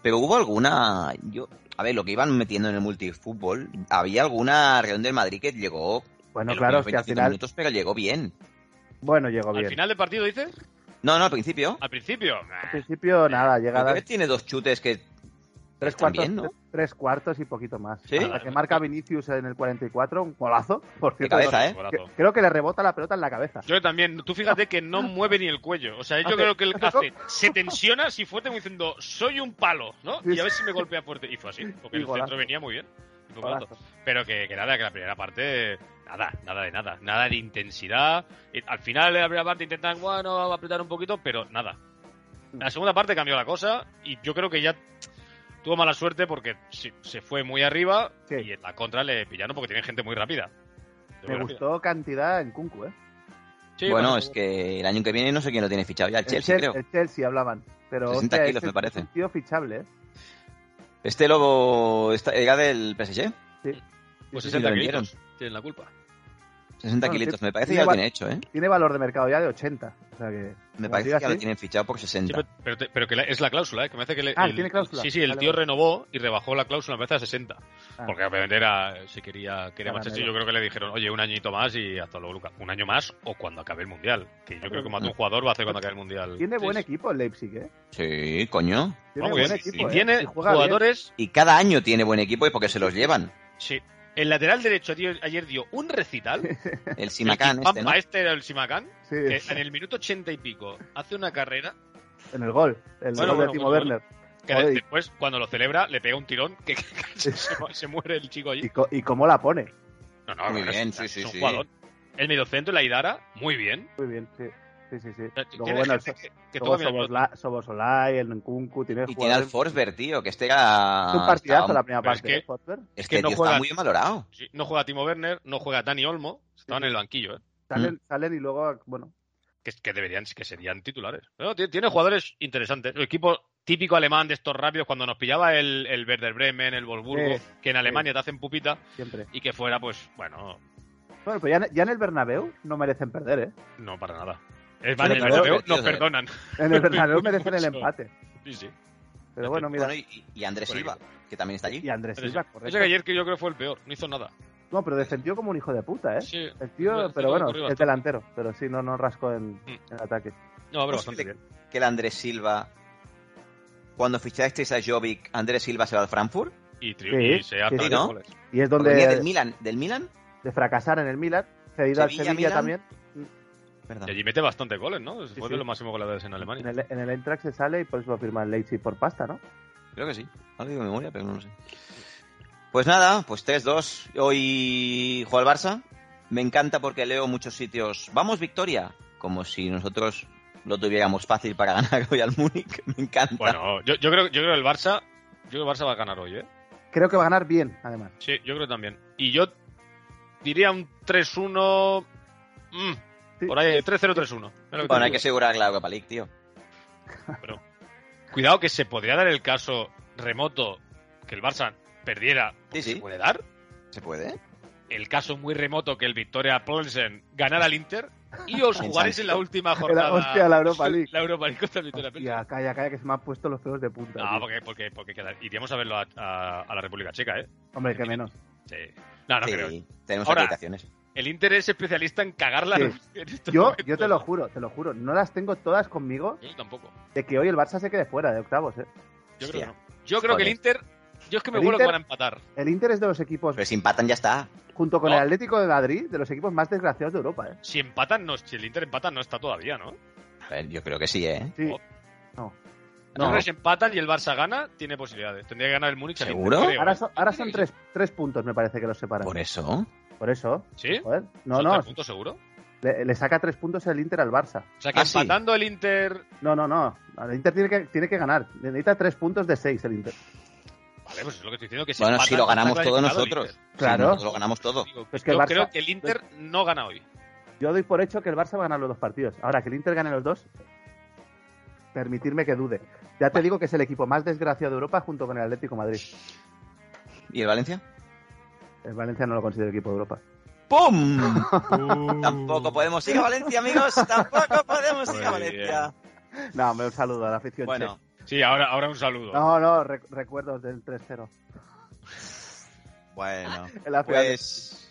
Speaker 1: Pero hubo alguna. Yo, a ver, lo que iban metiendo en el multifútbol, había alguna reunión del Madrid que llegó.
Speaker 3: Bueno,
Speaker 1: en los
Speaker 3: claro,
Speaker 1: primeros
Speaker 3: es que al
Speaker 1: 25
Speaker 3: final.
Speaker 1: minutos, pero llegó bien.
Speaker 3: Bueno, llegó
Speaker 4: ¿Al
Speaker 3: bien.
Speaker 4: final del partido dices?
Speaker 1: No, no, al principio.
Speaker 4: Al principio. nah.
Speaker 3: Al principio, nada, llegada.
Speaker 1: Porque tiene dos chutes que.
Speaker 3: Tres
Speaker 1: están
Speaker 3: cuartos,
Speaker 1: bien, ¿no?
Speaker 3: tres, tres cuartos y poquito más.
Speaker 1: ¿Sí?
Speaker 3: Hasta que marca Vinicius en el 44, un golazo. Por
Speaker 1: De
Speaker 3: cierto,
Speaker 1: cabeza, ¿eh?
Speaker 3: que- creo que le rebota la pelota en la cabeza.
Speaker 4: Yo también, tú fíjate que no mueve ni el cuello. O sea, yo
Speaker 3: Hace-
Speaker 4: creo que él hace, se tensiona si fuerte como diciendo, soy un palo, ¿no?
Speaker 3: Sí,
Speaker 4: Y a ver si me golpea fuerte. Y fue así, porque
Speaker 3: Y
Speaker 4: el
Speaker 3: golazo.
Speaker 4: centro venía muy bien. Y fue golazo.
Speaker 3: Golazo.
Speaker 4: Pero que, que nada, que la primera parte, nada, nada de nada. Nada de intensidad. Y Al final de la primera parte intentan, bueno, apretar un poquito, pero nada. La segunda parte cambió la cosa y yo creo que ya tuvo mala suerte porque se, se fue muy arriba
Speaker 3: Sí.
Speaker 4: y en la contra le pillaron porque tienen gente muy rápida. Muy
Speaker 3: Me
Speaker 4: rápida.
Speaker 3: gustó cantidad en Kunku, ¿eh?
Speaker 4: Sí,
Speaker 1: bueno,
Speaker 4: vale.
Speaker 1: es que el año que viene no sé quién lo tiene fichado ya, el Chelsea,
Speaker 3: Chel-
Speaker 1: creo.
Speaker 3: el Chelsea hablaban. Pero,
Speaker 1: 60
Speaker 3: hostia,
Speaker 1: kilos,
Speaker 3: ese
Speaker 1: me parece.
Speaker 3: Es un tío fichable, ¿eh?
Speaker 1: Este lobo está- eh, era del PSG.
Speaker 4: Pues
Speaker 1: sí, sí,
Speaker 4: 60
Speaker 1: lo
Speaker 4: kilos. Tienen la culpa.
Speaker 1: 60
Speaker 3: Bueno,
Speaker 1: kilitos,
Speaker 3: sí,
Speaker 1: me parece
Speaker 3: sí,
Speaker 1: ya lo
Speaker 3: igual-
Speaker 1: tiene hecho, ¿eh?
Speaker 3: Tiene valor de mercado ya de 80. O sea que.
Speaker 1: Me
Speaker 3: como
Speaker 1: parece
Speaker 3: diga
Speaker 1: que ya lo
Speaker 3: así,
Speaker 1: tienen fichado por
Speaker 4: Sí,
Speaker 1: 60.
Speaker 4: pero, pero te- pero que la- es la cláusula, ¿eh? Que me parece que le-
Speaker 3: Ah,
Speaker 4: el-
Speaker 3: tiene cláusula.
Speaker 4: Sí, sí, el
Speaker 3: Vale,
Speaker 4: tío
Speaker 3: vale.
Speaker 4: renovó y rebajó la cláusula, me parece a 60.
Speaker 3: Ah.
Speaker 4: Porque obviamente era, se quería, quería
Speaker 3: Caramelo.
Speaker 4: marcharse. Yo creo que le dijeron, oye, un añito más y hasta luego, Luca. Un año más o cuando acabe el mundial. Que yo creo que más de un jugador va a hacer cuando acabe el mundial.
Speaker 3: Tiene buen
Speaker 4: Sí, sí.
Speaker 3: equipo el Leipzig, ¿eh?
Speaker 1: Sí, coño.
Speaker 3: Tiene
Speaker 4: Ah, muy
Speaker 3: buen
Speaker 4: bien.
Speaker 3: equipo.
Speaker 4: Y
Speaker 3: ¿eh?
Speaker 4: tiene
Speaker 3: Y juega bien.
Speaker 4: jugadores.
Speaker 1: Y cada año tiene buen equipo y porque se los llevan.
Speaker 4: Sí. El lateral derecho tío, ayer dio un recital.
Speaker 3: [laughs]
Speaker 1: El Simacán este, ¿no?
Speaker 4: Pampa, este era el Simacán.
Speaker 3: Sí,
Speaker 4: Que en el minuto ochenta y pico hace una carrera
Speaker 3: en el gol. El
Speaker 4: Bueno,
Speaker 3: gol
Speaker 4: bueno,
Speaker 3: de Timo
Speaker 4: bueno,
Speaker 3: Werner.
Speaker 4: que
Speaker 3: Joder, y-
Speaker 4: después, cuando lo celebra, le pega un tirón que, [laughs] que- que se, se muere el chico allí.
Speaker 3: Y, co- y cómo la pone.
Speaker 4: No, no,
Speaker 1: Muy
Speaker 4: no,
Speaker 1: bien,
Speaker 4: es-
Speaker 1: sí,
Speaker 4: es
Speaker 1: sí,
Speaker 4: un
Speaker 1: sí.
Speaker 4: jugador. El mediocentro, la Idara, muy bien.
Speaker 3: Muy bien, sí. Sí, sí, sí. Luego,
Speaker 4: Tiene
Speaker 3: bueno, so-
Speaker 4: gente que, que
Speaker 3: luego
Speaker 4: toca bien el
Speaker 3: Sobosla- Sobosolai, el Nkunku, tiene
Speaker 1: Y tiene
Speaker 3: jugadores-
Speaker 1: al Forsberg, tío, que este
Speaker 3: Es
Speaker 1: era...
Speaker 3: un partidazo
Speaker 1: estaba-
Speaker 3: la primera
Speaker 4: pero es
Speaker 3: parte.
Speaker 4: que-
Speaker 3: ¿eh, Forsberg?
Speaker 1: Este
Speaker 4: que no
Speaker 1: tío
Speaker 4: juega-
Speaker 1: está muy valorado.
Speaker 4: pelota. Sí, No juega Timo Werner, no juega Dani Olmo, estaban en el banquillo, ¿eh?
Speaker 3: Salen,
Speaker 1: Mm.
Speaker 3: salen y luego, bueno,
Speaker 4: que, que deberían, que serían titulares. Pero ti- tiene jugadores interesantes. El equipo típico alemán de estos rápidos, cuando nos pillaba el, el Werder Bremen, el Wolfsburgo,
Speaker 3: Sí,
Speaker 4: que en Alemania te hacen pupita
Speaker 3: siempre.
Speaker 4: y que fuera, pues, bueno,
Speaker 3: Bueno, pues ya, en- ya en el Bernabéu no merecen perder, ¿eh?
Speaker 4: no para nada. Es más,
Speaker 1: Sí,
Speaker 4: en el
Speaker 1: pero-
Speaker 4: Bernabéu
Speaker 1: tío,
Speaker 4: nos
Speaker 1: se ve.
Speaker 4: perdonan. [laughs]
Speaker 3: En el Bernabéu merecen el
Speaker 4: Mucho.
Speaker 3: empate.
Speaker 4: [laughs] Sí, sí.
Speaker 3: Pero bueno, mira.
Speaker 1: Bueno, y, y Andrés
Speaker 4: Por
Speaker 1: Silva, que también está allí.
Speaker 3: Y Andrés
Speaker 4: Pero
Speaker 3: Silva,
Speaker 4: Ese que
Speaker 3: correcto.
Speaker 4: ayer que yo creo fue el peor, no hizo nada.
Speaker 3: No, pero defendió como un hijo de puta, ¿eh?
Speaker 4: Sí.
Speaker 3: El
Speaker 4: Bueno,
Speaker 3: tío,
Speaker 4: este
Speaker 3: pero
Speaker 4: todo
Speaker 3: bueno,
Speaker 4: corrió
Speaker 3: el
Speaker 4: bastante.
Speaker 3: delantero. Pero sí, no, no rascó en,
Speaker 4: Mm.
Speaker 3: en ataque.
Speaker 4: No, pero
Speaker 1: Pues
Speaker 4: bastante bien.
Speaker 1: Que el Andrés Silva... Cuando fichasteis a Jovic, ¿Andrés Silva se va al Frankfurt?
Speaker 4: Y, tri-
Speaker 3: Sí,
Speaker 4: y se harta
Speaker 3: sí,
Speaker 4: de
Speaker 1: ¿no?
Speaker 4: goles.
Speaker 3: Y es
Speaker 1: Porque venía del
Speaker 3: donde
Speaker 1: Milan. ¿Del Milan?
Speaker 3: de fracasar en el Milan, cedido al
Speaker 1: Sevilla,
Speaker 3: Sevilla
Speaker 1: Milan.
Speaker 3: también.
Speaker 1: Perdón.
Speaker 4: Y allí mete bastante goles, ¿no? Fue de
Speaker 3: sí.
Speaker 4: los máximos goleadores en Alemania.
Speaker 3: En el, en el Eintracht se sale y por eso lo firma el Leipzig por pasta, ¿no?
Speaker 1: Creo que sí. Ahora digo memoria, pero no lo sé. Pues nada, pues 3-2. Hoy juega el Barça. Me encanta porque leo muchos sitios. Vamos, victoria. Como si nosotros lo tuviéramos fácil para [laughs] ganar hoy al Múnich. Me encanta.
Speaker 4: Bueno, yo, yo creo, yo creo que el Barça, yo creo que el Barça va a ganar hoy, ¿eh?
Speaker 3: Creo que va a ganar bien, además.
Speaker 4: Sí, yo creo también. Y yo diría un 3-1. mm,
Speaker 3: Sí.
Speaker 4: Por ahí, 3-0-3-1. Mira lo que te
Speaker 1: Bueno, hay
Speaker 4: digo.
Speaker 1: que asegurar la Europa League, tío.
Speaker 4: Pero, cuidado que se podría dar el caso remoto que el Barça perdiera.
Speaker 1: Sí,
Speaker 4: porque
Speaker 1: sí.
Speaker 4: Se puede dar.
Speaker 1: ¿Se puede? ¿eh?
Speaker 4: el caso muy remoto que el Victoria Plzen ganara al Inter y os jugaréis en la última jornada.
Speaker 3: hostia, la Europa League.
Speaker 4: La Europa League contra el Victoria Plzen.
Speaker 3: Hostia, calla, calla, que se me han puesto los pelos de punta.
Speaker 4: No,
Speaker 3: tío.
Speaker 4: porque, porque, porque queda- iríamos a verlo a, a- a la República Checa, ¿eh?
Speaker 3: Hombre,
Speaker 4: [laughs]
Speaker 3: que menos.
Speaker 4: Sí. No, no
Speaker 1: sí,
Speaker 4: creo.
Speaker 1: tenemos
Speaker 4: Ahora,
Speaker 1: acreditaciones.
Speaker 4: El Inter es especialista en cagarla.
Speaker 3: Sí.
Speaker 4: en estos
Speaker 3: Yo,
Speaker 4: momentos.
Speaker 3: yo te lo juro, te lo juro. No las tengo todas conmigo
Speaker 4: Yo tampoco.
Speaker 3: de que hoy el Barça se quede fuera de octavos, ¿eh?
Speaker 4: Yo
Speaker 1: Hostia.
Speaker 4: creo que no. Yo creo que el
Speaker 1: Joder.
Speaker 4: Inter. Yo es que me
Speaker 3: El
Speaker 4: vuelvo que
Speaker 3: Inter-
Speaker 4: van a empatar.
Speaker 3: El Inter es de los equipos,
Speaker 1: Pero si empatan ya está.
Speaker 3: junto con
Speaker 4: Pues, No.
Speaker 3: el Atlético de Madrid, de los equipos más desgraciados de Europa, ¿eh?
Speaker 4: Si empatan, no. Si el Inter empata, no está todavía, ¿no?
Speaker 1: A ver, yo creo que sí, ¿eh?
Speaker 3: Sí.
Speaker 4: Oh.
Speaker 3: No.
Speaker 4: Yo
Speaker 3: No.
Speaker 4: creo que si empatan y el Barça gana, tiene posibilidades. Tendría que ganar el Múnich. al Inter,
Speaker 1: ¿Seguro?
Speaker 4: creo,
Speaker 3: Ahora
Speaker 4: ¿eh?
Speaker 3: son, ahora son tres, tres puntos, me parece que los separan.
Speaker 1: Por eso.
Speaker 3: Por eso.
Speaker 4: ¿Sí?
Speaker 3: Joder. No,
Speaker 4: ¿Son
Speaker 3: no.
Speaker 4: tres puntos seguro?
Speaker 3: Le, le saca tres puntos el Inter al Barça.
Speaker 4: O sea que
Speaker 1: Ah, sí.
Speaker 4: empatando el Inter.
Speaker 3: No, no, no. El Inter tiene que, tiene que ganar. Necesita tres puntos de seis el Inter.
Speaker 4: Vale, pues es lo que estoy diciendo. Que si
Speaker 1: bueno,
Speaker 4: empatan,
Speaker 1: si lo
Speaker 4: está
Speaker 1: ganamos todos
Speaker 4: clasificado el
Speaker 1: nosotros.
Speaker 4: Inter.
Speaker 1: Si
Speaker 3: Claro.
Speaker 1: nosotros lo ganamos todo.
Speaker 4: Digo,
Speaker 3: Pues que el
Speaker 4: yo
Speaker 3: Barça-
Speaker 4: creo que el Inter
Speaker 3: [laughs]
Speaker 4: no gana hoy.
Speaker 3: Yo doy por hecho que el Barça va a ganar los dos partidos. Ahora, que el Inter gane los dos, permitirme que dude. Ya te digo que es el equipo más desgraciado de Europa junto con el Atlético de Madrid.
Speaker 1: ¿Y el Valencia?
Speaker 3: El Valencia no lo considero equipo de Europa.
Speaker 1: ¡Pum! [laughs]
Speaker 3: Uh.
Speaker 1: Tampoco podemos ir a Valencia, amigos. Tampoco podemos ir a
Speaker 4: Mm. Muy
Speaker 1: Valencia.
Speaker 3: No, me un saludo a la afición.
Speaker 1: Bueno,
Speaker 4: Sí, ahora, ahora un
Speaker 3: che.
Speaker 4: saludo.
Speaker 3: No, no, rec- recuerdos del 3-0.
Speaker 1: bueno.
Speaker 3: En la ciudad de-
Speaker 1: Pues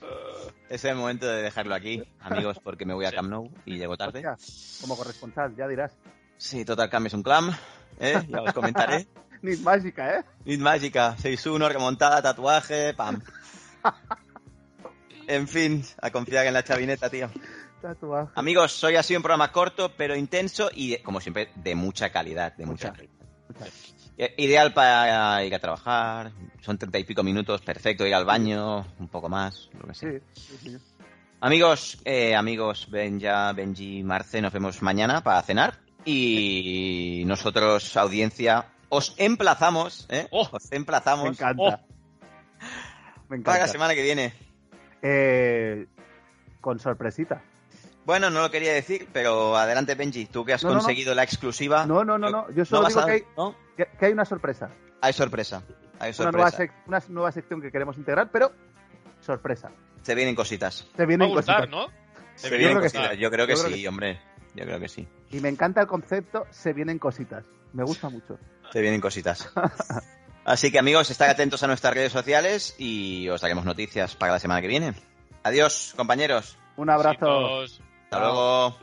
Speaker 1: es el momento de dejarlo aquí, amigos, porque me voy a Camp Nou y llego tarde.
Speaker 3: Hostia, como corresponsal, ya dirás.
Speaker 1: Sí, Total Cam es un clam, ¿eh? ya os comentaré.
Speaker 3: Ni mágica, ¿eh?
Speaker 1: Nid Mágica, 6-1, remontada, tatuaje, pam. En fin, a confiar en la chavineta, tío.
Speaker 3: Tatuaje.
Speaker 1: Amigos, soy así un programa corto, pero intenso y, como siempre, de mucha calidad. De mucha
Speaker 3: Mucha.
Speaker 1: calidad. Eh, Ideal para ir a trabajar, son treinta y pico minutos, perfecto, ir al baño, un poco más, lo que sea.
Speaker 3: Sí, sí, sí.
Speaker 1: Amigos, eh, amigos, Benja, Benji, Marce, nos vemos mañana para cenar. Y nosotros, audiencia, os emplazamos, ¿eh?
Speaker 4: Oh.
Speaker 1: os
Speaker 3: Me
Speaker 1: emplazamos
Speaker 3: encanta.
Speaker 4: Oh.
Speaker 3: Me
Speaker 1: para la
Speaker 3: encanta.
Speaker 1: semana que viene.
Speaker 3: Eh, con sorpresita.
Speaker 1: Bueno, no lo quería decir, pero adelante, Benji, tú que has
Speaker 3: No, no, no.
Speaker 1: conseguido la exclusiva.
Speaker 3: No, no, no, no. Yo solo
Speaker 1: vas
Speaker 3: digo
Speaker 1: a-
Speaker 3: que hay,
Speaker 1: Ah, ¿no?
Speaker 3: que, que hay una sorpresa.
Speaker 1: Hay sorpresa. Hay
Speaker 3: Una nueva,
Speaker 1: sorpresa.
Speaker 3: sec- una nueva sección que queremos integrar, pero sorpresa.
Speaker 1: Se vienen cositas.
Speaker 3: Se
Speaker 4: Va a
Speaker 3: vienen cositas.
Speaker 4: gustar, ¿no?
Speaker 1: Se
Speaker 4: Debería
Speaker 1: vienen
Speaker 3: creo que
Speaker 1: cositas.
Speaker 4: gustar.
Speaker 1: Yo creo que
Speaker 3: Yo creo
Speaker 1: sí,
Speaker 3: que sí.
Speaker 1: hombre. Yo creo que sí.
Speaker 3: Y me encanta el concepto, se vienen cositas. Me gusta mucho.
Speaker 1: Se vienen cositas. Así que, amigos, estad atentos a nuestras redes sociales y os daremos noticias para la semana que viene. Adiós, compañeros.
Speaker 3: Un abrazo.
Speaker 4: Besitos.
Speaker 1: Hasta luego.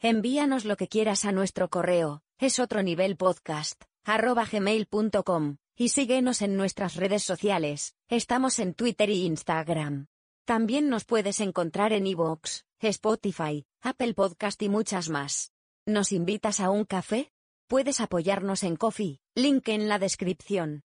Speaker 2: Envíanos lo que quieras a nuestro correo, es otro nivel podcast, arroba gmail.com, y síguenos en nuestras redes sociales, estamos en Twitter y Instagram. También nos puedes encontrar en iVoox, Spotify, Apple Podcast y muchas más. ¿Nos invitas a un café? Puedes apoyarnos en Coffee, link en la descripción.